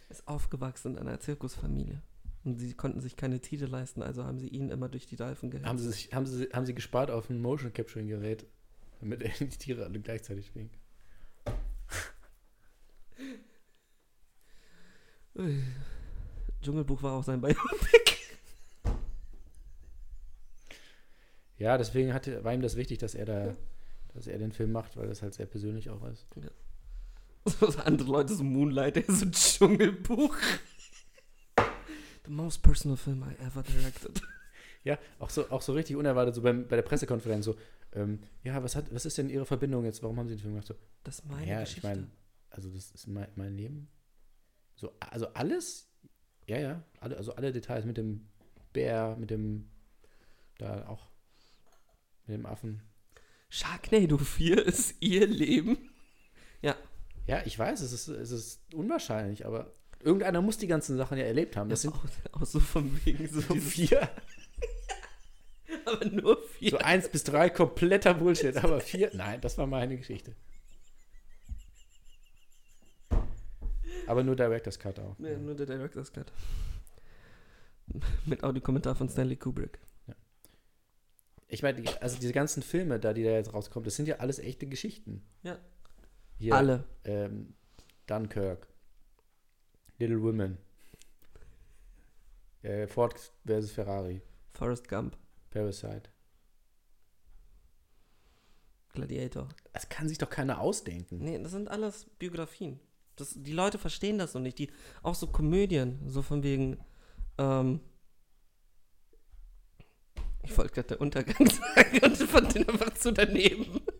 C: ist aufgewachsen in einer Zirkusfamilie. Und sie konnten sich keine Tiere leisten, also haben sie ihn immer durch die Reifen gehört.
D: Haben sie, sich, haben, sie, haben sie gespart auf ein Motion Capturing Gerät, damit [laughs] die Tiere alle gleichzeitig fliegen.
C: Dschungelbuch war auch sein Biopic.
D: Ja, deswegen hatte, war ihm das wichtig, dass er da, dass er den Film macht, weil das halt sehr persönlich auch ist.
C: [laughs] So andere Leute, so Moonlight, der ist so ein Dschungelbuch. The most personal film I ever directed.
D: Ja, auch so, auch so richtig unerwartet, so beim, bei der Pressekonferenz, so, ähm, ja, was hat, was ist denn Ihre Verbindung jetzt? Warum haben Sie den Film gemacht? So,
C: Das ist meine
D: ja, ich
C: Geschichte.
D: meine, also das ist mein, mein Leben. So, also alles, ja, ja, alle, also alle Details mit dem Bär, mit dem, da auch, mit dem Affen.
C: Sharknado 4 ist ihr Leben.
D: Ja, ich weiß, es ist, es ist unwahrscheinlich, aber irgendeiner muss die ganzen Sachen ja erlebt haben. Das sind
C: auch, auch so von wegen so,
D: so
C: dieses,
D: [laughs] vier,
C: aber nur vier.
D: so eins bis drei kompletter Bullshit, aber vier, nein, das war meine Geschichte. Aber nur Director's Cut auch.
C: Nee, nur der Director's Cut. Mit Audiokommentar von Stanley Kubrick.
D: Ich meine, die- also diese ganzen Filme da, die da jetzt rauskommen, das sind ja alles echte Geschichten.
C: Ja.
D: Hier,
C: Alle.
D: Ähm, Dunkirk, Little Women, äh, Ford versus Ferrari,
C: Forrest Gump,
D: Parasite.
C: Gladiator.
D: Das kann sich doch keiner ausdenken.
C: Nee, das sind alles Biografien. Das, die Leute verstehen das noch nicht. Die, auch so Komödien, so von wegen, ähm, ich wollte gerade der Untergang [laughs] sagen und fand den einfach zu daneben. [laughs]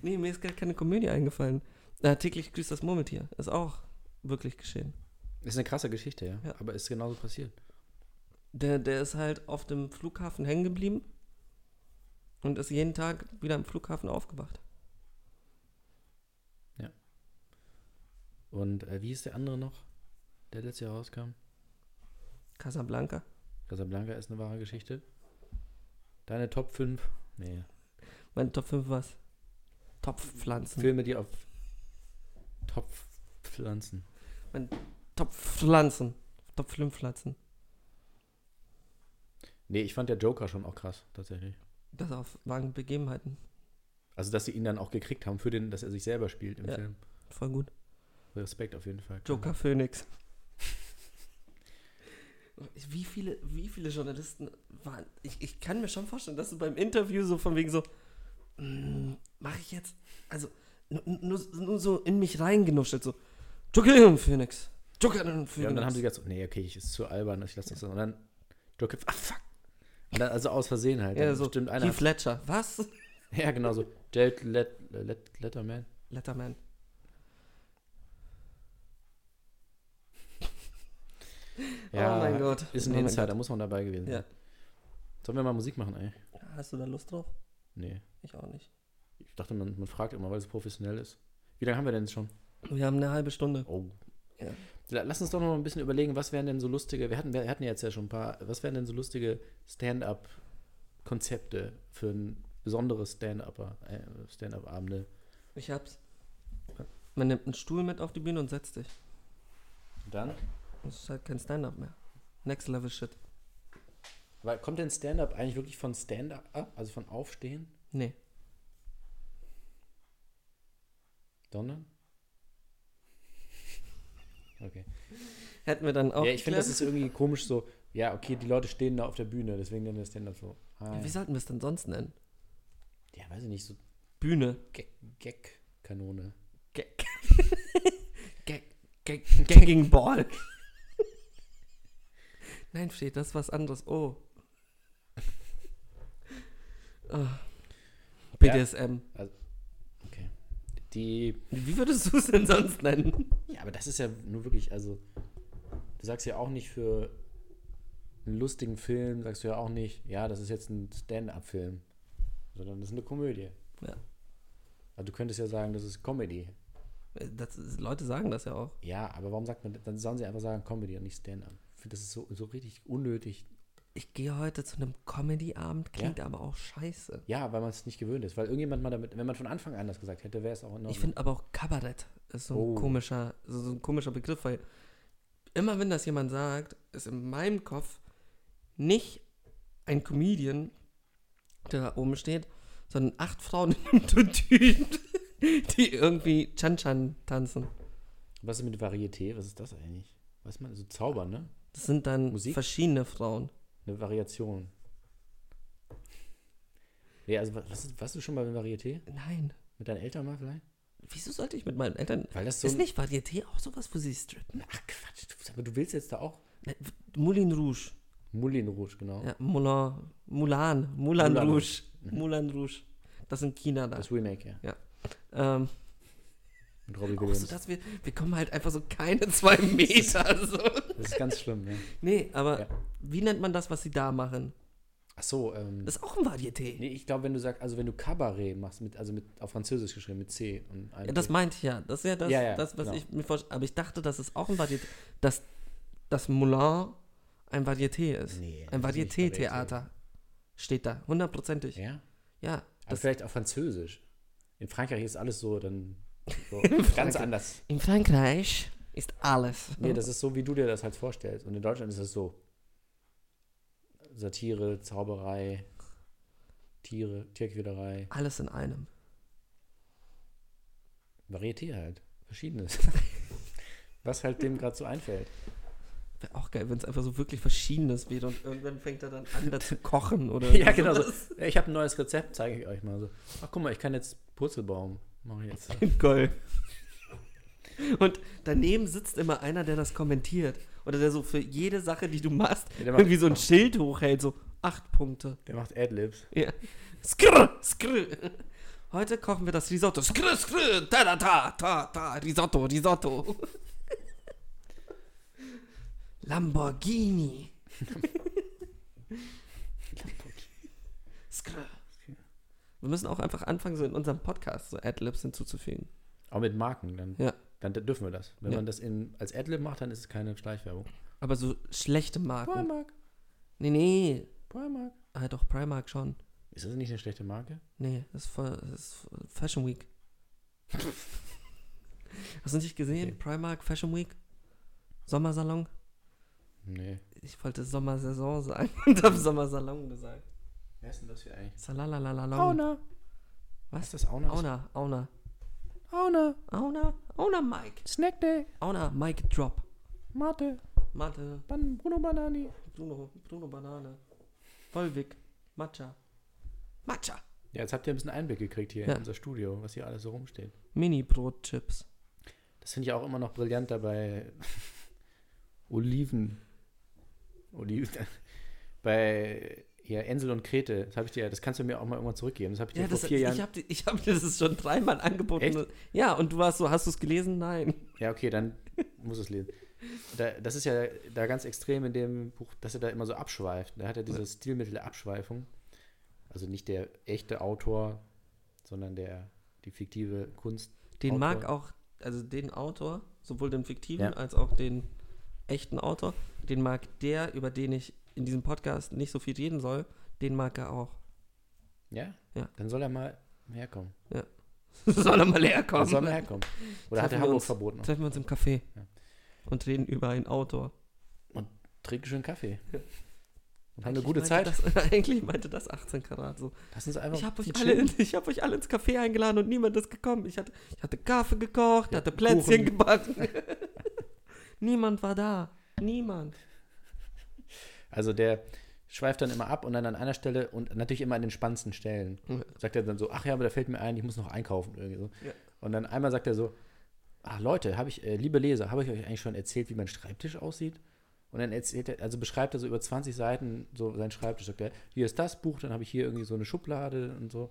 C: Nee, mir ist gerade keine Komödie eingefallen. Äh, täglich grüßt das Murmeltier. Ist auch wirklich geschehen.
D: Ist eine krasse Geschichte, ja.
C: Ja.
D: Aber ist genauso passiert.
C: Der, der ist halt auf dem Flughafen hängen geblieben und ist jeden Tag wieder am Flughafen aufgewacht.
D: Und äh, wie ist der andere noch, der letztes Jahr rauskam?
C: Casablanca.
D: Casablanca ist eine wahre Geschichte. Deine Top 5? Nee.
C: Meine Top 5 was? Topfpflanzen.
D: Filme, die auf Top pflanzen.
C: Topfpflanzen. Top 5 Pflanzen.
D: Nee, ich fand der Joker schon auch krass, tatsächlich.
C: Das auf wahren Begebenheiten.
D: Also, dass sie ihn dann auch gekriegt haben, für den, dass er sich selber spielt im
C: Ja.
D: Film.
C: Voll gut.
D: Respekt auf jeden Fall.
C: Joker Phoenix. wie viele, wie viele Journalisten waren. Ich, ich kann mir schon vorstellen, dass du beim Interview so von wegen so, mache ich jetzt, also nur, nur, nur so in mich reingenuschelt, so, Joker Phoenix. Joker Phoenix.
D: Ja, und dann haben sie gesagt, so, nee, okay, ich ist zu albern, ich lasse das. Und dann Joker, ah, fuck. Und dann, also aus Versehen halt.
C: ja,
D: Dann
C: so,
D: Stimmt einer.
C: Heath Ledger. Was?
D: [laughs] ja, genau so. Jared Let, Let, Letterman.
C: Letterman.
D: Ja,
C: oh mein Gott.
D: Ist ein
C: oh mein
D: Insider, muss man dabei gewesen sein.
C: Ja.
D: Sollen wir mal Musik machen, ey?
C: Gott. Hast du da Lust drauf?
D: Nee.
C: Ich auch nicht.
D: Ich dachte, man, man fragt immer, weil es professionell ist. Wie lange haben wir denn schon?
C: Wir haben eine halbe Stunde.
D: Oh.
C: Ja.
D: La- Lass uns doch noch mal ein bisschen überlegen, was wären denn so lustige, wir hatten, wir hatten ja jetzt ja schon ein paar, was wären denn so lustige Stand-up-Konzepte für ein besonderes Stand-Upper, äh, Stand-up-Abende?
C: Ich hab's. Man nimmt einen Stuhl mit auf die Bühne und setzt dich.
D: Dann?
C: Das ist halt kein Stand-up mehr. Next Level Shit.
D: Weil kommt denn Stand-up eigentlich wirklich von Stand-up, also von Aufstehen,
C: Nee.
D: sondern? Okay.
C: Hätten wir dann auch.
D: ja, ich finde, das
C: geklärt.
D: ist irgendwie komisch so, ja, okay, die Leute stehen da auf der Bühne, deswegen nennen wir Stand-up so. Hi.
C: Wie sollten wir es denn sonst nennen?
D: Ja, weiß ich nicht, so
C: Bühne.
D: Gag- Gag-Kanone.
C: Gag.
D: [laughs]
C: Gag. Gag. Gagging Ball. [laughs] Nein, Fred, das ist was anderes. Oh. Ah. BDSM.
D: Die
C: Wie würdest du es denn sonst nennen?
D: Ja, aber das ist ja nur wirklich, also, du sagst ja auch nicht für einen lustigen Film, sagst du ja auch nicht, ja, das ist jetzt ein Stand-up-Film, sondern das ist eine Komödie.
C: Ja.
D: Also, du könntest ja sagen, das ist Comedy.
C: Das ist, Leute sagen das ja auch.
D: Ja, aber warum sagt man, dann sollen sie einfach sagen Comedy und nicht Stand-up. Ich finde, das ist so, so richtig unnötig.
C: Ich gehe heute zu einem Comedy-Abend, klingt aber auch scheiße.
D: Ja, weil man es nicht gewöhnt ist, weil irgendjemand mal damit, wenn man von Anfang an das gesagt hätte, wäre es auch in
C: Ich
D: Ordnung.
C: finde aber auch Kabarett ist so ein
D: Oh.
C: komischer, so so ein komischer Begriff, weil immer wenn das jemand sagt, ist in meinem Kopf nicht ein Comedian, der da oben steht, sondern acht Frauen [laughs] in einem Tutu, die irgendwie Chan-Chan tanzen.
D: Was ist mit Varieté? Was ist das eigentlich? Weiß man, so Zaubern, ne?
C: Das sind dann
D: Musik?
C: verschiedene Frauen.
D: Eine Variation. Ja, also was- was, warst du schon mal in Varieté?
C: Nein.
D: Mit deinen Eltern mal vielleicht?
C: Wieso sollte ich mit meinen Eltern.
D: Weil das so
C: ist
D: ein-
C: nicht Varieté auch sowas, wo sie strippen?
D: Ach Quatsch, du, aber du willst jetzt da auch
C: Ne, Moulin Rouge.
D: Moulin Rouge, genau.
C: Ja, Moulin, Mulan, Mulan
D: Moulin
C: Rouge. Mulan Rouge. Das sind China da.
D: Das Remake, ja.
C: Ähm,
D: Mit Robbie
C: auch
D: Williams.
C: so, dass wir, wir kommen halt einfach so keine [laughs] zwei Meter. So.
D: Das ist ganz schlimm, ja.
C: Nee, aber
D: Ja.
C: wie nennt man das, was sie da machen?
D: Ach so, ähm,
C: Das ist auch ein Varieté.
D: nee, ich glaube, wenn du sagst, also wenn du Cabaret machst, mit, also mit, auf Französisch geschrieben, mit C und einem
C: Ja, das
D: T.
C: meinte ich ja. Das ist ja das,
D: Ja, ja,
C: das was
D: genau.
C: ich mir vorstelle. Aber ich dachte, das ist auch ein Varieté. Dass das Moulin ein Varieté ist.
D: Nee,
C: ein
D: das ist nicht
C: Varieté-Theater. Steht da, hundertprozentig. Ja,
D: Ja? Aber vielleicht auf Französisch. In Frankreich ist alles
C: [laughs]
D: so dann so ganz
C: Frankreich.
D: anders.
C: In Frankreich ist alles.
D: Nee, das ist so, wie du dir das halt vorstellst. Und in Deutschland ist das so. Satire, Zauberei, Tiere, Tierquälerei,
C: alles in einem.
D: Varieté halt. Verschiedenes. [laughs] Was halt dem gerade so einfällt.
C: Wäre auch geil, wenn es einfach so wirklich Verschiedenes wäre und irgendwann fängt er dann an, da zu kochen oder.
D: [laughs] [laughs] Ja, genau so.
C: sowas.
D: Ja, Ich habe ein neues Rezept, zeige ich euch mal so. Ach, guck mal, ich kann jetzt Purzelbaum machen jetzt.
C: Geil. Und daneben sitzt immer einer, der das kommentiert. Oder der so für jede Sache, die du machst,
D: Ja, der macht-
C: irgendwie so ein Schild hochhält, so acht Punkte.
D: Der macht Adlibs.
C: Ja. Skrr, skrr. Heute kochen wir das Risotto. Skrr, skrr, ta, ta, ta, ta, ta, Risotto, Risotto. Lamborghini. Skrr. Wir müssen auch einfach anfangen, so in unserem Podcast so Adlibs hinzuzufügen.
D: Auch mit Marken, dann,
C: Ja.
D: dann dürfen wir das. Wenn
C: Ja.
D: man das in, als Adlib macht, dann ist es keine Schleichwerbung.
C: Aber so schlechte Marken.
D: Primark,
C: Nee, nee.
D: Primark.
C: Ah, doch, Primark schon.
D: Ist das nicht eine schlechte Marke?
C: Nee, das ist, voll, das ist voll- Fashion
D: [laughs]
C: Week. Hast du nicht gesehen?
D: Okay.
C: Primark, Fashion Week, Sommersalon.
D: Nee.
C: Ich wollte Sommersaison sagen [laughs] und habe Sommersalon gesagt.
D: Wer ist denn das hier eigentlich?
C: Salalalalong.
D: Auna.
C: Was?
D: Ist das Auna?
C: Auna, Auna.
D: Auna.
C: Auna, Auna Mike.
D: Snack Day.
C: Auna, Mike Drop.
D: Mate.
C: Mathe,
D: Ban Bruno Banani.
C: Bruno, Bruno Banane, Volvic, Matcha. Matcha.
D: Ja, jetzt habt ihr ein bisschen Einblick gekriegt hier
C: Ja.
D: in unser Studio, was hier alles so rumsteht.
C: Mini-Brotchips.
D: Das finde ich auch immer noch brillant dabei.
C: [laughs]
D: Oliven. Oliven. [laughs] Bei ja, Ensel und Krete. Das, hab ich dir, das kannst du mir auch mal irgendwann zurückgeben. Das habe ich dir
C: Ja,
D: vor
C: das,
D: vier
C: ich
D: Jahren.
C: habe ich hab dir das schon dreimal angeboten.
D: Echt?
C: Ja, und du warst so, hast du es gelesen? Nein.
D: Ja, okay, dann muss es lesen. Da, das ist ja da ganz extrem in dem Buch, dass er da immer so abschweift. Da hat er dieses Stilmittel der Abschweifung. Also nicht der echte Autor, sondern der, die fiktive Kunst.
C: Den
D: Autor.
C: mag auch, also den Autor, sowohl den fiktiven
D: Ja.
C: als auch den echten Autor, den mag der, über den ich in diesem Podcast nicht so viel reden soll, den mag er auch. [laughs]
D: Ja?
C: Ja.
D: Dann soll er mal herkommen.
C: soll er mal herkommen.
D: Dann soll er herkommen. Oder
C: Treffen
D: hat
C: wir
D: er Hamburg
C: uns.
D: verboten?
C: Treffen wir uns im Café
D: Ja.
C: und reden über einen Autor.
D: Trink schön Kaffee. Und haben
C: Eigentlich
D: eine gute
C: meinte
D: Zeit.
C: Das, [laughs] eigentlich meinte das 18 Karat so.
D: Lass uns einfach.
C: Ich habe euch,
D: viel
C: alle
D: chillen.
C: in- ich hab euch alle ins Café eingeladen und niemand ist gekommen. Ich hatte, ich hatte Kaffee gekocht,
D: Ja,
C: hatte Plätzchen
D: Kuchen.
C: gebacken. [laughs] niemand war da. Niemand.
D: Also der schweift dann immer ab und dann an einer Stelle und natürlich immer an den spannendsten Stellen.
C: Mhm.
D: Sagt er dann so, ach ja, aber da fällt mir ein, ich muss noch einkaufen irgendwie so.
C: Ja.
D: Und dann einmal sagt er so, ach Leute, habe ich, äh, liebe Leser, habe ich euch eigentlich schon erzählt, wie mein Schreibtisch aussieht? Und dann erzählt er, also beschreibt er so über 20 Seiten so seinen Schreibtisch. Sagt er, hier ist das Buch, dann habe ich hier irgendwie so eine Schublade und so.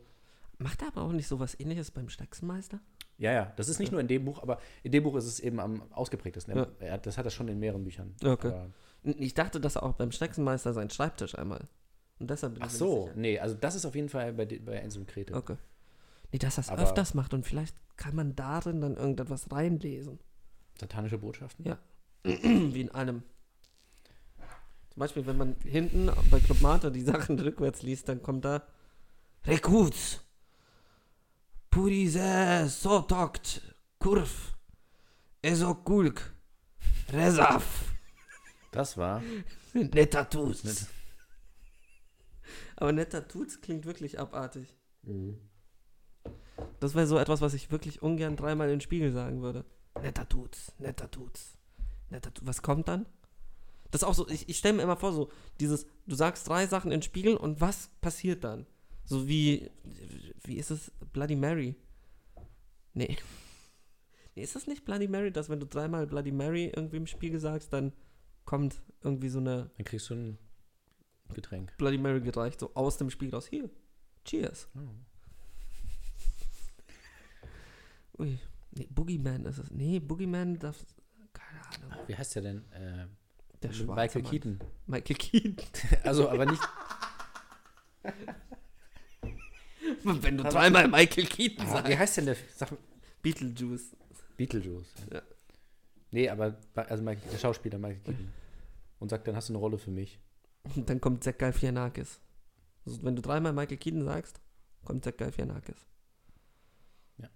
C: Macht er aber auch nicht so was ähnliches beim Staxenmeister?
D: Ja, ja, das ist nicht nur in dem Buch, aber in dem Buch ist es eben am ausgeprägtesten.
C: Ja.
D: Er, hat- das hat er schon in mehreren Büchern.
C: Okay.
D: Aber
C: N- Ich dachte, dass er auch beim Staxenmeister seinen Schreibtisch einmal. Und deshalb bin
D: Ach
C: ich mir
D: so,
C: nicht sicher.
D: nee, also das ist auf jeden Fall bei, de- bei Ensel und Krete.
C: Okay. Nee, dass er es
D: Aber-
C: öfters macht und vielleicht kann man darin dann irgendetwas reinlesen.
D: Satanische Botschaften.
C: Ja. Wie in allem. Zum Beispiel, wenn man hinten bei Club Mate die Sachen rückwärts liest, dann kommt da Rekuts, Purise, Sotokt, Kurv, Esokulk, Resaf,
D: Das war.
C: Netatuts. Aber Netatuts klingt wirklich abartig. Das wäre so etwas, was ich wirklich ungern dreimal in den Spiegel sagen würde. Netter Tuts, netter Tuts, netter Tuts. Was kommt dann? Das ist auch so, ich, ich stelle mir immer vor, so dieses, du sagst drei Sachen in den Spiegel und was passiert dann? So wie, wie ist es Bloody Mary? Nee. Nee, ist das nicht Bloody Mary, dass wenn du dreimal Bloody Mary irgendwie im Spiegel sagst, dann kommt irgendwie so eine
D: Dann kriegst du ein Getränk.
C: Bloody Mary gereicht, so aus dem Spiegel raus. Hier, cheers.
D: Oh.
C: Ui, nee, Boogeyman ist es. Nee, Boogeyman darf. Keine Ahnung.
D: Wie heißt der denn? Äh,
C: Der schwarze
D: Michael
C: Mann.
D: Keaton.
C: [laughs] Michael Keaton.
D: Also, aber
C: [laughs]
D: nicht.
C: Wenn du dreimal Michael Keaton
D: Ah,
C: sagst.
D: wie heißt denn der? Sag,
C: Beetlejuice.
D: Beetlejuice.
C: Ja.
D: Nee, aber also Michael, der Schauspieler Michael
C: [laughs]
D: Keaton. Und sagt, dann hast du eine Rolle für mich.
C: Und dann kommt Zack Galifianakis. Also, wenn du dreimal Michael Keaton sagst, kommt Zack Galifianakis.
D: Ja.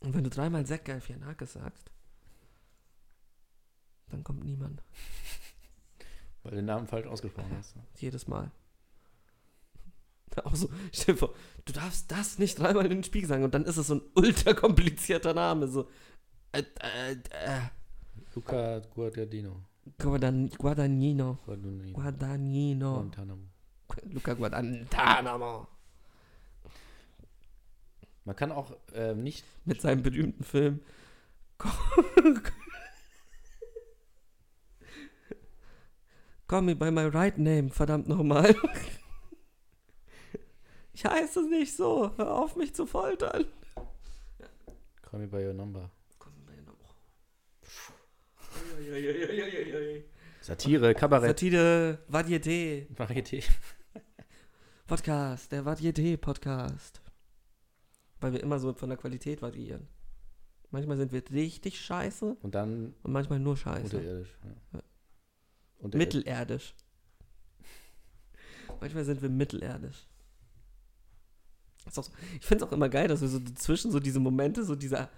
C: Und wenn du dreimal Zack Galifianakis sagst, dann kommt niemand.
D: Weil du den Namen falsch ausgesprochen
C: [laughs]
D: hast.
C: Jedes Mal. Auch so, stell dir vor, du darfst das nicht dreimal in den Spiegel sagen und dann ist es so ein ultra komplizierter Name. So, äh, äh, äh,
D: Luca Guadagnino.
C: Guadan Guadagnino.
D: Guadagnino.
C: Guadagnino.
D: Guantanamo.
C: Luca Guadagnino.
D: Man kann auch ähm, nicht
C: Mit seinem berühmten Film. Co- Call me by my right name, verdammt nochmal. Ich heiße es nicht so. Hör auf, mich zu foltern.
D: Call me by your number. Satire, Kabarett,
C: Satire, Varieté,
D: Varieté.
C: Podcast, der Varieté-Podcast. Weil wir immer so von der Qualität variieren. Manchmal sind wir richtig scheiße
D: Und dann
C: und manchmal nur scheiße.
D: unterirdisch.
C: Ja.
D: Ja. Unterirdisch.
C: Mittelerdisch. manchmal sind wir mittelerdisch. Ist auch so, ich finde es auch immer geil, dass wir so dazwischen so diese Momente, so dieser,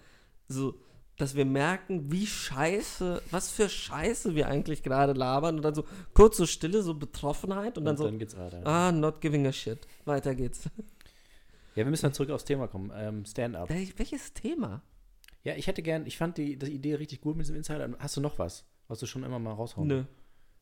C: so, dass wir merken, wie scheiße, was für Scheiße wir eigentlich gerade labern und dann so kurz so Stille, so Betroffenheit und dann so,
D: geht's weiter.
C: ah, not giving a shit. Weiter geht's.
D: Ja, wir müssen dann zurück aufs Thema kommen. Ähm, Stand-up.
C: Wel- Welches Thema?
D: Ja, ich hätte gern, ich fand die, die Idee richtig gut mit diesem Insider. Hast du noch was? Hast du schon immer mal raushauen?
C: Nö.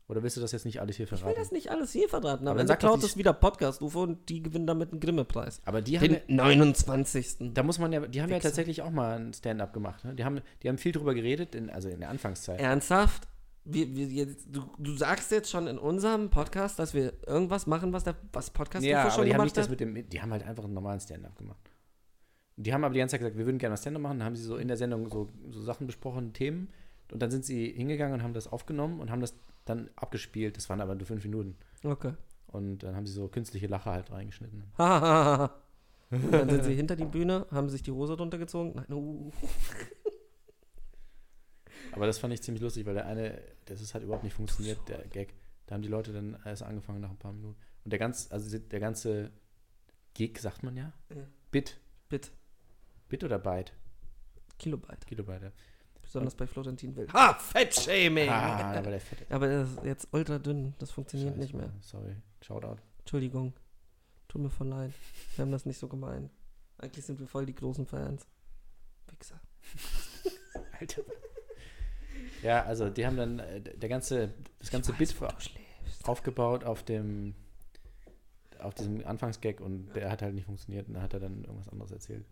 D: Oder willst du das jetzt nicht alles hier
C: Ich will
D: verraten?
C: das nicht alles hier verraten, aber,
D: Aber
C: dann
D: sag doch
C: klaut
D: nicht-
C: es wieder Podcast-UFO und die gewinnen damit einen Grimme-Preis.
D: Aber die haben, ja,
C: Den 29.
D: da muss man ja, die haben ja
C: Wichser.
D: tatsächlich auch mal ein Stand-up gemacht. Ne? Die haben, die haben viel drüber geredet, in, also in der Anfangszeit.
C: Ernsthaft? Wir, wir, jetzt, du, du sagst jetzt schon in unserem Podcast, dass wir irgendwas machen, was der was Podcast UFO
D: Ja, aber
C: schon
D: die haben
C: gemacht
D: nicht das
C: hat?
D: mit dem, die haben halt einfach einen normalen Stand-up gemacht. Und Die haben aber die ganze Zeit gesagt, wir würden gerne was Stand-up machen. Dann haben sie so in der Sendung so, so Sachen besprochen, Themen. Und dann sind sie hingegangen und haben das aufgenommen und haben das dann abgespielt. Das waren aber nur fünf Minuten.
C: Okay.
D: Und dann haben sie so künstliche Lacher halt reingeschnitten.
C: Hahaha. Und [laughs] dann sind sie hinter die Bühne, haben sich die Hose runtergezogen. Nein, uh,
D: Aber das fand ich ziemlich lustig, weil der eine, das ist halt überhaupt nicht funktioniert, der Gag. Da haben die Leute dann erst angefangen nach ein paar Minuten. Und der ganz, also der ganze Gig, sagt man ja?
C: Ja.
D: Bit.
C: Bit.
D: Bit oder Byte?
C: Kilobyte.
D: Kilobyte. ja.
C: Besonders bei Florentin Will. Ha, Fettshaming!
D: Ah, da war der fette.
C: Aber er ist jetzt ultra dünn, das funktioniert
D: Scheiße,
C: nicht mehr.
D: äh, Sorry. Shoutout.
C: Entschuldigung. Tut mir voll leid. Wir haben das nicht so gemeint. Eigentlich sind wir voll die großen Fans. Wichser.
D: Alter. [laughs] ja, also die haben dann äh, der ganze, das ganze Bit vor-
C: Du schläfst.
D: aufgebaut auf dem auf diesem Anfangsgag und der hat halt nicht funktioniert und da hat er dann irgendwas anderes erzählt.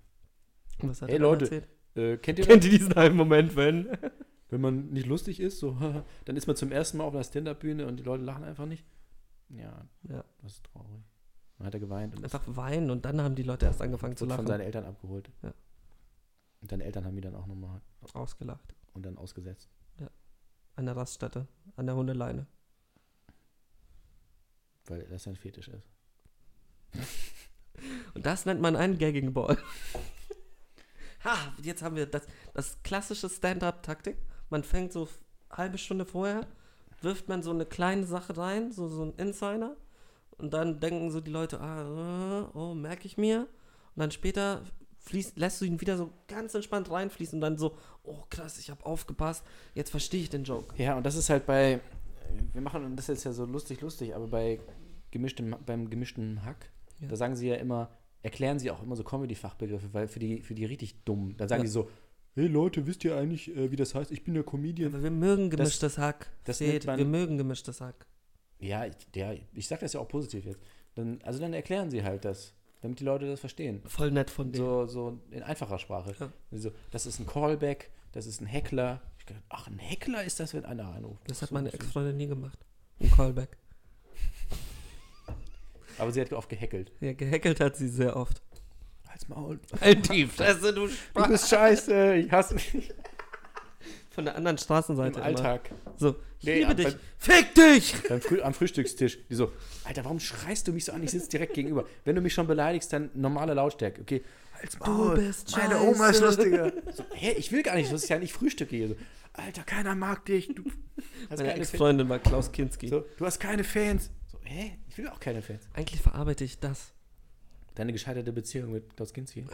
C: Was hat
D: Hey,
C: er dann
D: Leute.
C: erzählt?
D: Äh, kennt ihr das?
C: Kennt ihr diesen halben Moment, wenn?
D: Wenn man nicht lustig ist, so, [laughs] dann ist man zum ersten Mal auf einer Stand-Up-Bühne und die Leute lachen einfach nicht. Ja,
C: Ja.
D: das ist traurig. Dann hat er geweint und
C: Einfach weinen und dann haben die Leute erst angefangen zu
D: wurde von seinen
C: lachen.
D: Eltern abgeholt.
C: Ja.
D: Und deine Eltern haben ihn dann auch nochmal
C: Ausgelacht.
D: und dann ausgesetzt.
C: An der Raststätte, an der Hundeleine.
D: Weil das sein Fetisch ist.
C: Und das nennt man einen Gagging Ball. [laughs] ha, jetzt haben wir das, das klassische Stand-up-Taktik. Man fängt so f- halbe Stunde vorher, wirft man so eine kleine Sache rein, so, so ein Insider. Und dann denken so die Leute, ah, äh, oh, merke ich mir. Und dann später fließt, lässt du ihn wieder so ganz entspannt reinfließen und dann so, oh krass, ich habe aufgepasst, jetzt verstehe ich den Joke.
D: Ja, und das ist halt bei, wir machen das jetzt ja so lustig, lustig, aber bei gemischtem, beim gemischten Hack,
C: Ja.
D: da sagen sie ja immer, erklären sie auch immer so Comedy-Fachbegriffe, weil für die, für die richtig dummen, da sagen
C: Ja.
D: die so, hey Leute, wisst ihr eigentlich, äh, wie das heißt? Ich bin der Comedian.
C: Aber wir mögen gemischtes Hack.
D: das
C: Seht,
D: nennt man-
C: wir mögen gemischtes Hack.
D: Ja, ich, ja, ich sage das ja auch positiv jetzt. Dann, also dann erklären sie halt das, damit die Leute das verstehen.
C: Voll nett von dir.
D: So, so in einfacher Sprache.
C: Ja.
D: Also, das ist ein Callback, das ist ein Heckler. Ich dachte, ach, ein Heckler ist das, wenn einer anruft.
C: Das hat
D: So,
C: meine
D: so.
C: Ex-Freundin nie gemacht. Ein Callback.
D: Aber sie hat oft gehackelt.
C: Ja, gehackelt hat sie sehr oft.
D: Halt's Maul.
C: [laughs] Halt die Fresse, du
D: Du
C: Spaß.
D: bist scheiße, ich hasse dich
C: Von der anderen
D: im
C: Straßenseite.
D: Alltag.
C: Immer. So, ich
D: Nee,
C: liebe
D: am-
C: dich.
D: beim-
C: Fick [laughs] dich!
D: Beim Früh am Frühstückstisch. Die so, Alter, warum schreist du mich so an? Ich sitze direkt gegenüber. Wenn du mich schon beleidigst, dann normale Lautstärke. Okay, halt's
C: Du bist scheiße. Meine
D: Oma ist lustiger. [laughs] So, hä, ich will gar nicht, das ist ja nicht Frühstück hier. So, Alter, keiner mag dich. [laughs] Du hast,
C: Meine
D: keine, Fans.
C: Ex-Freundin war Klaus Kinski.
D: So, du hast keine Fans. So, hä, ich will auch keine Fans.
C: Eigentlich verarbeite ich das.
D: Deine gescheiterte Beziehung mit Klaus Kinski.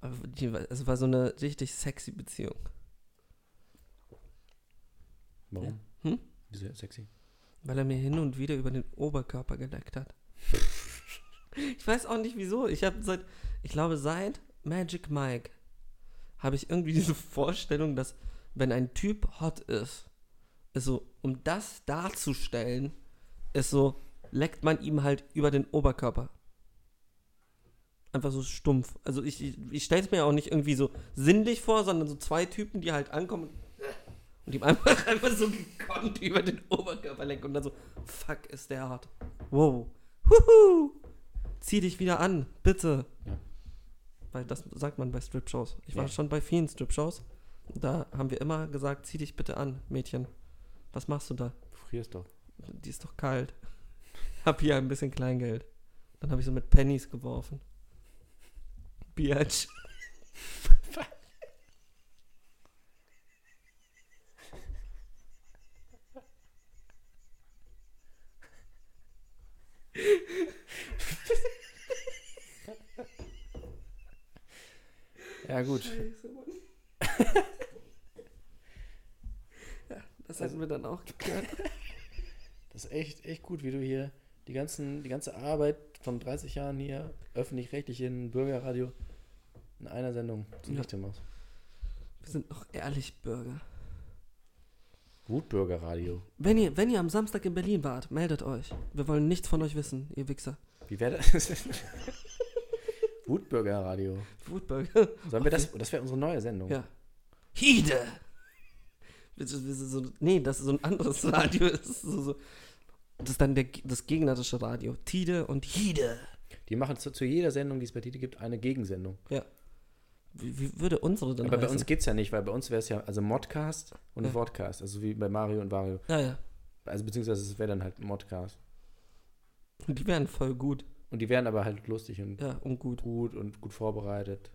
C: Aber die, war- es war so eine richtig sexy Beziehung.
D: Warum?
C: Hm?
D: Wieso sexy?
C: Weil er mir hin und wieder über den Oberkörper geleckt hat. Ich weiß auch nicht wieso. Ich habe seit, ich glaube, seit Magic Mike habe ich irgendwie diese Vorstellung, dass wenn ein Typ hot ist, ist so, um das darzustellen, ist so, leckt man ihm halt über den Oberkörper. Einfach so stumpf. Also ich, ich, ich stelle es mir auch nicht irgendwie so sinnlich vor, sondern so zwei Typen, die halt ankommen und ihm einfach, [laughs] einfach so gekonnt über den Oberkörper lenken und dann so, fuck, ist der hart. Wow. Huhu. Zieh dich wieder an, bitte.
D: Ja.
C: Weil das sagt man bei Strip-Shows. Ich war
D: Ja.
C: schon bei vielen Strip-Shows. Da haben wir immer gesagt, zieh dich bitte an, Mädchen. Was machst du da?
D: Du frierst doch.
C: Die ist doch kalt. [laughs] Hab hier ein bisschen Kleingeld. Dann habe ich so mit Pennies geworfen. Biatch.
D: Ja, gut.
C: [laughs] Das hatten wir dann auch geklärt.
D: Das ist echt, echt gut, wie du hier die, ganzen, die ganze Arbeit von 30 Jahren hier öffentlich-rechtlich in Bürgerradio in einer Sendung zunichte machst.
C: Wir sind noch ehrlich Bürger.
D: Wutbürgerradio.
C: Wenn ihr, wenn ihr am Samstag in Berlin wart, meldet euch. Wir wollen nichts von euch wissen, ihr Wichser.
D: Wie wäre das? [laughs] Wutbürgerradio.
C: Wutburger.
D: Sollen wir das? Das wäre unsere neue Sendung.
C: Ja. Hide! Das ist- das ist so, nee, das ist so ein anderes Radio. Das ist, so, so, das ist dann der, das gegnerische Radio. Tide und Hide.
D: Die machen zu, zu jeder Sendung, die es bei Tite gibt, eine Gegensendung.
C: Ja. Wie, wie würde unsere denn
D: Aber bei
C: heißen?
D: uns geht's ja nicht, weil bei uns wäre es ja also Modcast und
C: Ja.
D: Wortcast. Also wie bei Mario und Wario.
C: Ja, ja.
D: Also beziehungsweise es wäre dann halt Modcast.
C: Die wären voll gut.
D: Und die wären aber halt lustig und
C: Ja, und gut.
D: gut und gut vorbereitet.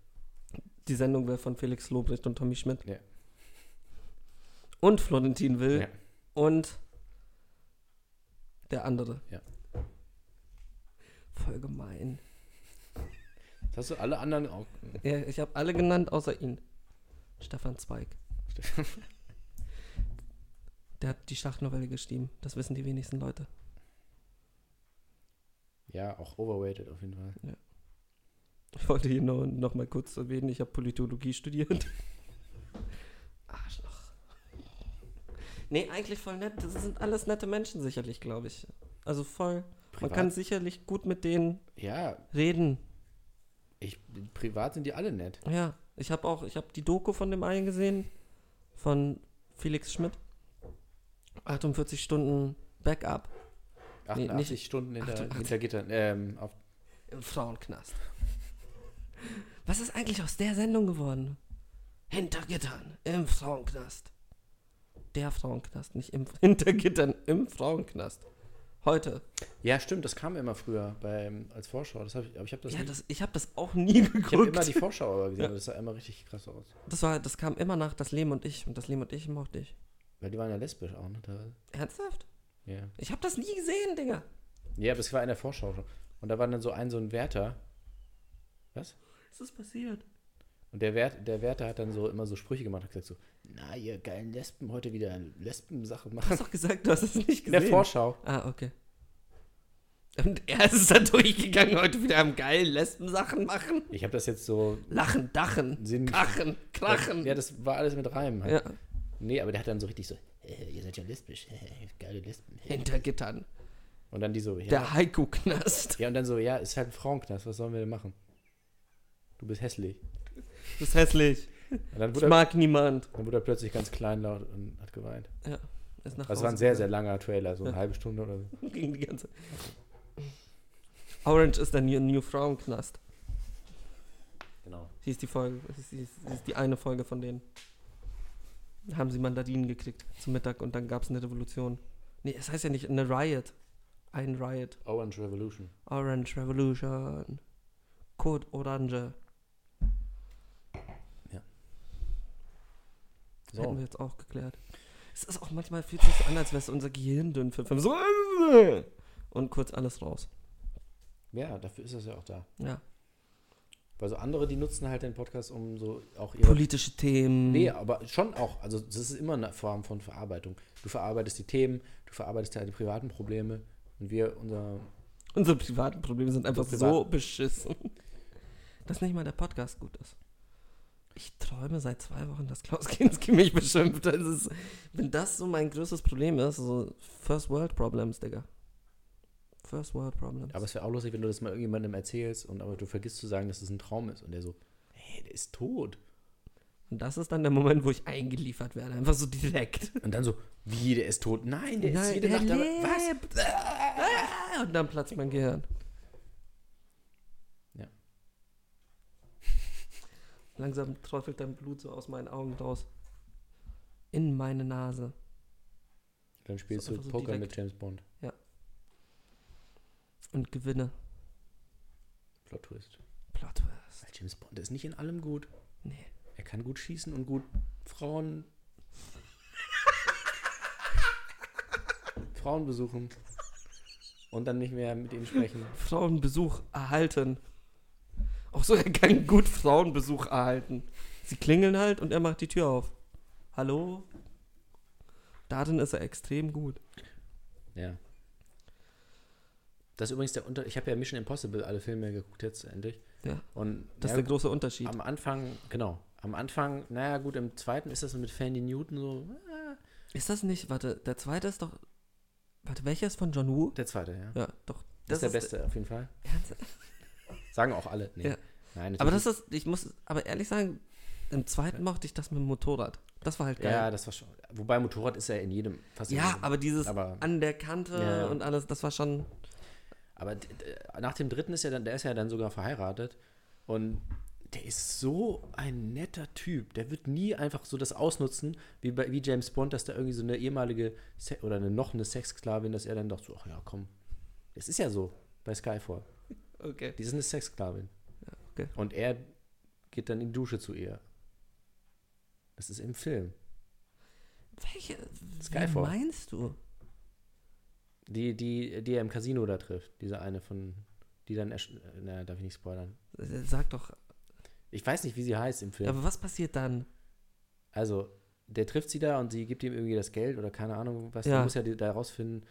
C: Die Sendung wäre von Felix Lobrecht und Tommy Schmidt.
D: Ja.
C: Und Florentin Will.
D: Ja.
C: Und der andere.
D: Ja.
C: Voll gemein.
D: Das hast du alle anderen auch.
C: Ja, ich habe alle genannt, außer ihn. Stefan
D: [laughs]
C: Zweig. Der hat die Schachnovelle geschrieben. Das wissen die wenigsten Leute.
D: Ja, auch overweighted auf jeden Fall.
C: Ich wollte hier nur noch mal kurz erwähnen, ich habe Politologie
D: [laughs]
C: studiert. Arschloch. Nee, eigentlich voll nett. Das sind alles nette Menschen sicherlich, glaube ich. Also voll. Man
D: Privat-
C: kann sicherlich gut mit denen
D: Ja,
C: reden.
D: ich, privat sind die alle nett.
C: Ja, ich habe auch, ich habe die Doku von dem einen gesehen, von Felix Schmidt. 48 Stunden Backup
D: 88
C: nicht-
D: Stunden hinter,
C: 88.
D: hinter Gittern. Ähm, auf,
C: im Frauenknast. Was ist eigentlich aus der Sendung geworden? Hinter Gittern, im Frauenknast. Der Frauenknast, nicht im [laughs] Hinter Gittern, im Frauenknast. Heute.
D: ja, stimmt, das kam immer früher beim, als Vorschau. Das hab ich, aber ich habe das,
C: Ja,
D: nie-
C: das, ich habe das auch nie [laughs]
D: ich hab
C: geguckt.
D: immer die Vorschau aber gesehen, aber das sah immer richtig krass aus.
C: das, war, das kam immer nach Das Leben und ich. Und das Leben und ich mochte ich.
D: Weil die waren ja lesbisch auch, ne? teilweise.
C: Ernsthaft?
D: Ja.
C: Ich habe das nie gesehen, Digga.
D: ja, aber es war in der Vorschau schon. Und da war dann so ein, so ein Wärter. Was?
C: Was ist passiert?
D: Und der, Wert, der Wärter hat dann so immer so Sprüche gemacht und gesagt so, na, ihr geilen Lesben, heute wieder Lesben-Sachen
C: Du
D: machen.
C: hast doch gesagt, du hast es nicht
D: In
C: gesehen.
D: der Vorschau.
C: Ah, okay. Und er ist da durchgegangen, heute wieder am geilen Lesben-Sachen machen.
D: Ich habe das jetzt so
C: Lachen, dachen,
D: Sinn-
C: kachen, krachen.
D: Ja, das war alles mit Reimen. Halt.
C: Ja,
D: Nee, aber der hat dann so richtig so, äh, ihr seid ja lesbisch, äh, geile Lesben. äh.
C: hinter Gittern.
D: Und dann die so, ja.
C: Der Haiku-Knast.
D: ja, und dann so, ja, ist halt ein Frauenknast, was sollen wir denn machen? Du bist hässlich.
C: Du bist hässlich.
D: Und dann
C: Ich
D: wurde, er,
C: mag niemand.
D: dann wurde er plötzlich ganz kleinlaut und hat geweint.
C: Ja, ist nach
D: Das war ein
C: Hause
D: Also sehr, sehr
C: gegangen.
D: langer Trailer, so eine halbe Stunde oder so.
C: [laughs] Gegen die ganze. Orange ist der New, New Frauenknast.
D: Genau.
C: Hier ist die Folge. Das ist, hier ist, hier ist die eine Folge von denen. Da haben sie Mandarinen gekriegt zum Mittag und dann gab es eine Revolution. Nee, es heißt ja nicht eine Riot. Ein Riot.
D: Orange Revolution.
C: Orange Revolution. Code Orange. Das hätten
D: So.
C: wir jetzt auch geklärt. Es ist auch manchmal fühlt sich so an, als wäre es unser Gehirn dünn für fünf. So und kurz alles raus.
D: Ja, dafür ist das ja auch da.
C: Ja.
D: Weil so andere, die nutzen halt den Podcast, um so auch ihre
C: Politische Themen.
D: Nee, aber schon auch. Also, das ist immer eine Form von Verarbeitung. Du verarbeitest die Themen, du verarbeitest deine privaten Probleme und wir unser.
C: Unsere privaten Probleme sind einfach
D: Unsere
C: so beschissen. [laughs] Dass nicht mal der Podcast gut ist. Ich träume seit zwei Wochen, dass [laughs] Klaus Kinski mich beschimpft. Das ist, wenn das so mein größtes Problem ist, so First World Problems, Digga. First World Problems.
D: Aber es wäre auch lustig, wenn du das mal irgendjemandem erzählst und aber du vergisst zu sagen, dass es ein Traum ist und der so, hey, der ist tot.
C: Und das ist dann der Moment, wo ich eingeliefert werde. Einfach so direkt.
D: Und dann so, wie, der ist tot? Nein, der ist
C: Nein,
D: jede
C: der
D: Nacht dabei. Was?
C: lebt. Ah, Und dann platzt mein Gehirn.
D: Ja.
C: [laughs] Langsam träufelt dein Blut so aus meinen Augen raus. In meine Nase.
D: Dann spielst
C: So
D: du
C: einfach so
D: Poker
C: direkt.
D: mit James Bond.
C: Und gewinne.
D: Plot Twist.
C: Plot Twist.
D: Weil James Bond ist nicht in allem gut.
C: Nee.
D: Er kann gut schießen und gut
C: [laughs]
D: Frauen. Frauen besuchen. Und dann nicht mehr mit ihnen sprechen.
C: Frauenbesuch erhalten. Auch so, [laughs] er kann gut Frauenbesuch erhalten. Sie klingeln halt und er macht die Tür auf. Hallo? Darin ist er extrem gut.
D: Ja. Das ist übrigens der Unter. Ich habe ja Mission Impossible alle Filme geguckt jetzt endlich.
C: Ja.
D: Und
C: Das
D: ja,
C: ist der große Unterschied.
D: am Anfang, genau. Am Anfang, naja, gut, im zweiten ist das mit Fanny Newton so.
C: Ist das nicht, warte, der zweite ist doch. Warte, welcher ist von John Woo?
D: Der zweite, ja.
C: Ja, doch.
D: Das, ist der beste, auf jeden Fall.
C: Ernst?
D: Sagen auch alle. Nee.
C: Ja.
D: Nein,
C: Aber
D: natürlich
C: das ist, ich muss aber ehrlich sagen, im zweiten mochte ich das mit dem Motorrad. Das war halt
D: nicht. Ja,
C: geil.
D: das war schon. Wobei Motorrad ist ja in jedem. Fast in
C: Ja,
D: jedem.
C: aber dieses
D: Aber-
C: an der Kante
D: Ja, ja.
C: und alles, das war schon.
D: Aber d- d- nach dem dritten ist ja dann, der ist ja dann sogar verheiratet. Und der ist so ein netter Typ. Der wird nie einfach so das ausnutzen, wie bei wie James Bond, dass da irgendwie so eine ehemalige Se oder eine noch eine Sexsklavin, dass er dann doch so, ach ja, komm. Das ist ja so bei Skyfall.
C: Okay.
D: Die ist eine Sexsklavin.
C: okay.
D: Und er geht dann in die Dusche zu ihr. Das ist im Film.
C: Welche?
D: Skyfall.
C: Wen meinst du?
D: Die, die, die er im Casino da trifft. Diese eine von, die dann, ersch- äh, na, darf ich nicht spoilern.
C: Sag doch.
D: Ich weiß nicht, wie sie heißt im Film.
C: Aber was passiert dann? [laughs]
D: Also, der trifft sie da und sie gibt ihm irgendwie das Geld oder keine Ahnung was.
C: Ja.
D: Er muss ja die- da rausfinden.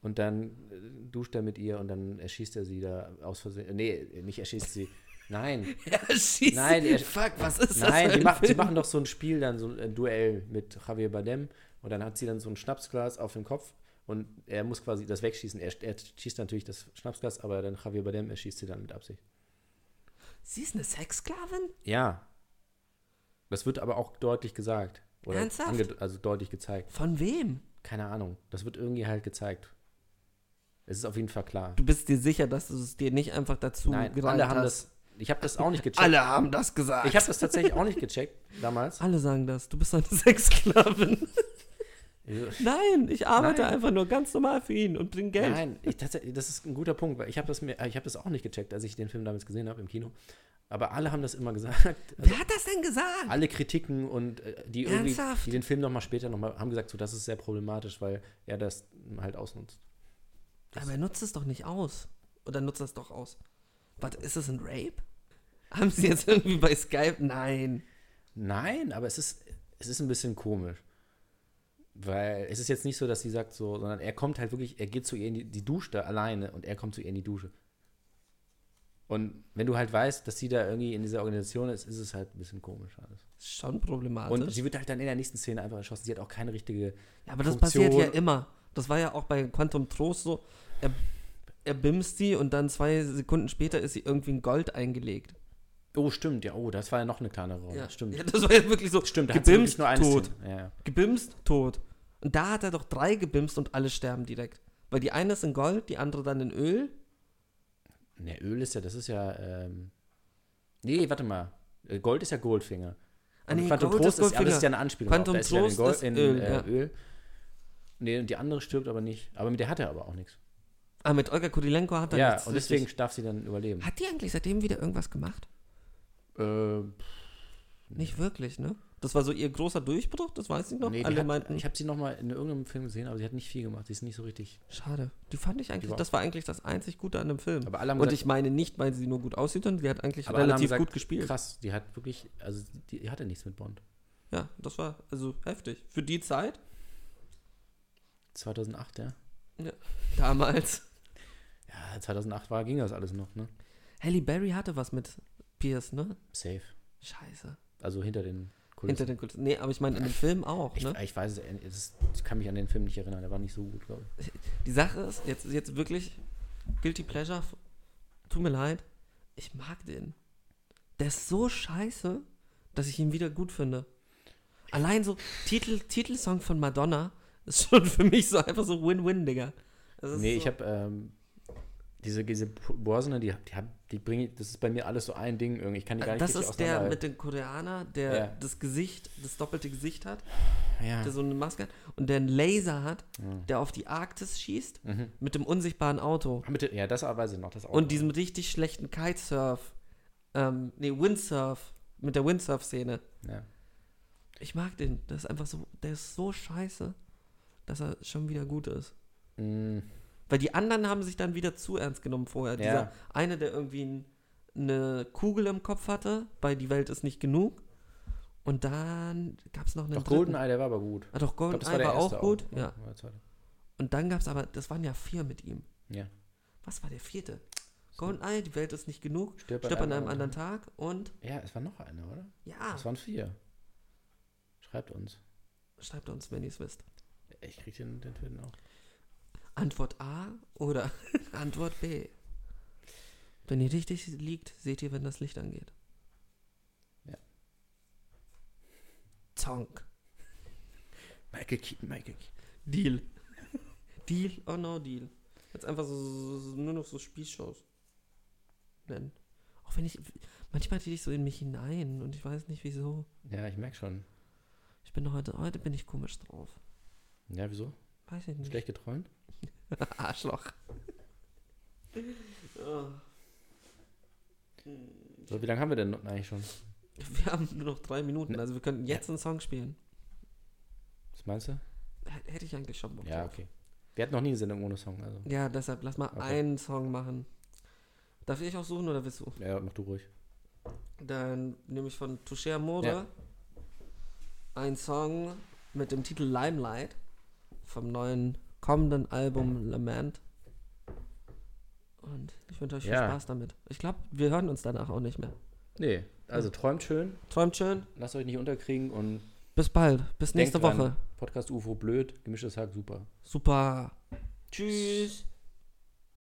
D: Und dann äh, duscht er mit ihr und dann erschießt er sie da aus Versehen. Äh, Nee, nicht
C: [laughs]
D: erschießt sie. Nein,
C: Er schießt.
D: Nein, er-
C: Fuck, was ist das?
D: nein,
C: für
D: die,
C: ein
D: macht, die
C: Film?
D: machen doch so ein Spiel, dann so ein äh, Duell mit Javier Bardem. Und dann hat sie dann so ein Schnapsglas auf dem Kopf und er muss quasi das wegschießen. Er, er schießt natürlich das Schnapsglas, aber dann Javier Bardem erschießt sie dann mit Absicht.
C: Sie ist eine Sexsklavin?
D: Ja. Das wird aber auch deutlich gesagt. Oder
C: Ernsthaft?
D: ange- also deutlich gezeigt.
C: Von wem?
D: Keine Ahnung. Das wird irgendwie halt gezeigt. Es ist auf jeden Fall klar.
C: Du bist dir sicher, dass du es dir nicht einfach dazu
D: Nein,
C: gereimt
D: alle haben
C: hast?
D: das. Ich habe das auch nicht gecheckt.
C: Alle haben das gesagt.
D: Ich habe das tatsächlich auch nicht gecheckt damals.
C: alle sagen das. Du bist eine [laughs] Sexsklavin. Nein, ich arbeite
D: Nein.
C: einfach nur ganz normal für ihn und bringe Geld.
D: Nein, ich, tatsächlich, das ist ein guter Punkt, weil ich habe das mir, äh, ich habe das auch nicht gecheckt, als ich den Film damals gesehen habe im Kino. Aber alle haben das
C: [laughs]
D: immer gesagt. Also
C: Wer hat das denn gesagt?
D: alle Kritiken und äh, die irgendwie,
C: Ernsthaft?
D: die den Film nochmal später nochmal haben gesagt, so das ist sehr problematisch, weil er das halt ausnutzt.
C: Aber nutzt es doch nicht aus. Oder nutzt das doch aus. Warte, ist das ein Rape? Haben sie jetzt irgendwie bei Skype? Nein.
D: Nein, aber es ist, es ist ein bisschen komisch. Weil es ist jetzt nicht so, dass sie sagt so, sondern er kommt halt wirklich, er geht zu ihr in die, die Dusche da alleine und er kommt zu ihr in die Dusche. Und wenn du halt weißt, dass sie da irgendwie in dieser Organisation ist, ist es halt ein bisschen komisch alles.
C: Ist Schon
D: Und
C: problematisch.
D: sie wird halt dann in der nächsten Szene einfach erschossen. Sie hat auch keine richtige.
C: ja, aber das
D: Funktion-
C: passiert ja immer. Das war ja auch bei Quantum Trost so. Er, er bimst die und dann zwei Sekunden später ist sie irgendwie in Gold eingelegt.
D: Oh, stimmt, ja, oh, das war ja noch eine kleinere Rolle. stimmt.
C: Ja, das war ja wirklich so.
D: Stimmt, da hat sie wirklich
C: gebimst,
D: nur eine
C: tot.
D: Szene. Ja, ja.
C: Gebimst, tot. Und da hat er doch drei gebimst und alle sterben direkt. Weil die eine ist in Gold, die andere dann in Öl.
D: Ne, Öl ist ja, das ist ja. Ähm, nee, warte mal. Äh, Gold ist ja Goldfinger.
C: Ah,
D: Und
C: nee,
D: Quantum
C: Gold
D: Trost ist, aber das
C: Goldfinger.
D: ist ja eine Anspielung.
C: Quantum
D: drauf. Da ja dann
C: Trost ist
D: in,
C: Öl,
D: äh,
C: ja.
D: Öl. Nee, und die andere stirbt aber nicht. Aber mit der hat er aber auch nichts.
C: Ah, mit Olga Kurilenko hat er
D: ja,
C: nichts
D: und
C: richtig.
D: deswegen darf sie dann überleben.
C: Hat die eigentlich seitdem wieder irgendwas gemacht?
D: Äh,
C: Nicht wirklich, ne? Das war so ihr großer Durchbruch, das weiß ich noch.
D: nee, die
C: Alle
D: hat,
C: meinten,
D: ich habe sie nochmal in irgendeinem Film gesehen, aber sie hat nicht viel gemacht. Sie ist nicht so richtig.
C: schade. Die fand ich
D: Die
C: eigentlich,
D: war-
C: das war eigentlich das einzig Gute an dem Film.
D: Aber alle haben
C: und
D: gesagt-
C: ich meine nicht, weil sie nur gut aussieht, sondern sie hat eigentlich
D: alle haben
C: relativ
D: gesagt,
C: gut gespielt.
D: Krass, die hat wirklich, also die, die hatte nichts mit Bond.
C: Ja, das war also heftig. Für die Zeit,
D: 2008, ja.
C: damals.
D: Ja, 2008 war, ging das alles noch, ne?
C: Halle Berry hatte was mit Pierce, ne?
D: Safe.
C: Scheiße.
D: Also hinter den Kulissen.
C: Hinter den Kulissen. Nee, aber ich meine in dem Film auch,
D: ich,
C: ne?
D: ich weiß es, äh, es ist, ich kann mich an den Film nicht erinnern, der war nicht so gut, glaube ich.
C: Die Sache ist, jetzt, jetzt wirklich, Guilty Pleasure, f- tut mir leid, ich mag den. Der ist so scheiße, dass ich ihn wieder gut finde. Allein so, Titel, Titelsong von Madonna ist schon [laughs] für mich so einfach so Win-Win, Digga. Das ist
D: Nee,
C: so,
D: ich habe ähm, diese, diese Borsene, die, die, hab, die bringe ich- das ist bei mir alles so ein Ding irgendwie. Ich kann die gar nicht
C: Das
D: richtig
C: ist der mit
D: auseinanderhalten.
C: dem Koreaner, der
D: Ja.
C: das Gesicht, das doppelte Gesicht hat,
D: ja.
C: der so eine Maske hat und der einen Laser hat, der auf die Arktis schießt
D: Mhm.
C: mit dem unsichtbaren Auto.
D: Ah, mit der, ja, das weiß ich noch. Das auch
C: Und diesem richtig schlechten Kitesurf. Ähm, nee, Windsurf. Mit der Windsurf-Szene.
D: ja.
C: Ich mag den. Das ist einfach so, der ist so scheiße, dass er schon wieder gut ist.
D: Mm,
C: Weil die anderen haben sich dann wieder zu ernst genommen vorher.
D: Ja.
C: Dieser eine, der irgendwie n- eine Kugel im Kopf hatte, bei Die Welt ist nicht genug. Und dann gab es noch einen
D: Doch,
C: dritten.
D: GoldenEye, der war aber gut.
C: Ah, doch,
D: Ich
C: Golden
D: glaub, das war der
C: war auch
D: erste Oh,
C: gut.
D: oder?
C: Ja.
D: Oder der zweite.
C: Und dann gab es aber, das waren ja vier mit ihm.
D: Ja.
C: Was war der vierte? GoldenEye, Die Welt ist nicht genug.
D: Stirb
C: Stirb,
D: an
C: an
D: einem
C: einem anderen Tag. Und,
D: ja, es war noch einer, oder?
C: ja,
D: Es waren vier. Schreibt uns.
C: schreibt uns, wenn ihr es wisst.
D: Ich krieg den, den Töten auch.
C: Antwort A oder [laughs] Antwort B? Wenn ihr richtig liegt, seht ihr, wenn das Licht angeht.
D: Ja.
C: Zonk.
D: Michael Keaton, Michael Keaton.
C: Deal. [laughs] deal or no deal. Jetzt einfach so, so, so nur noch so Spielshows nennen. Auch wenn ich, manchmal tippe ich so in mich hinein und ich weiß nicht wieso.
D: Ja, ich merk schon.
C: Ich bin heute, heute bin ich komisch drauf.
D: Ja, wieso?
C: Weiß ich nicht.
D: Schlecht geträumt?
C: [laughs]
D: [laughs]
C: Arschloch.
D: Ah. So, wie lange haben wir denn noch- eigentlich schon?
C: Wir haben nur noch drei
D: Ne.
C: Minuten, also wir könnten jetzt einen Song spielen.
D: Was meinst du?
C: H- Hätte ich eigentlich schon Bock
D: Ja,
C: drauf.
D: okay. Wir hatten noch nie eine Sendung ohne Song, also.
C: Ja, deshalb lass mal
D: Okay.
C: einen Song machen. Darf ich auch suchen oder willst du?
D: Ja, mach du ruhig.
C: Dann nehme ich von Toucher Mode
D: Ja.
C: einen Song mit dem Titel Limelight vom neuen kommenden Album Lament. Und ich wünsche euch viel
D: Ja.
C: Spaß damit. Ich glaube, wir hören uns danach auch nicht mehr.
D: Nee, also träumt schön,
C: Träumt schön.
D: lasst euch nicht unterkriegen und
C: Bis bald. Bis nächste
D: denkt
C: Woche.
D: Dran, Podcast UFO blöd, gemischtes Hack super.
C: Super. Tschüss.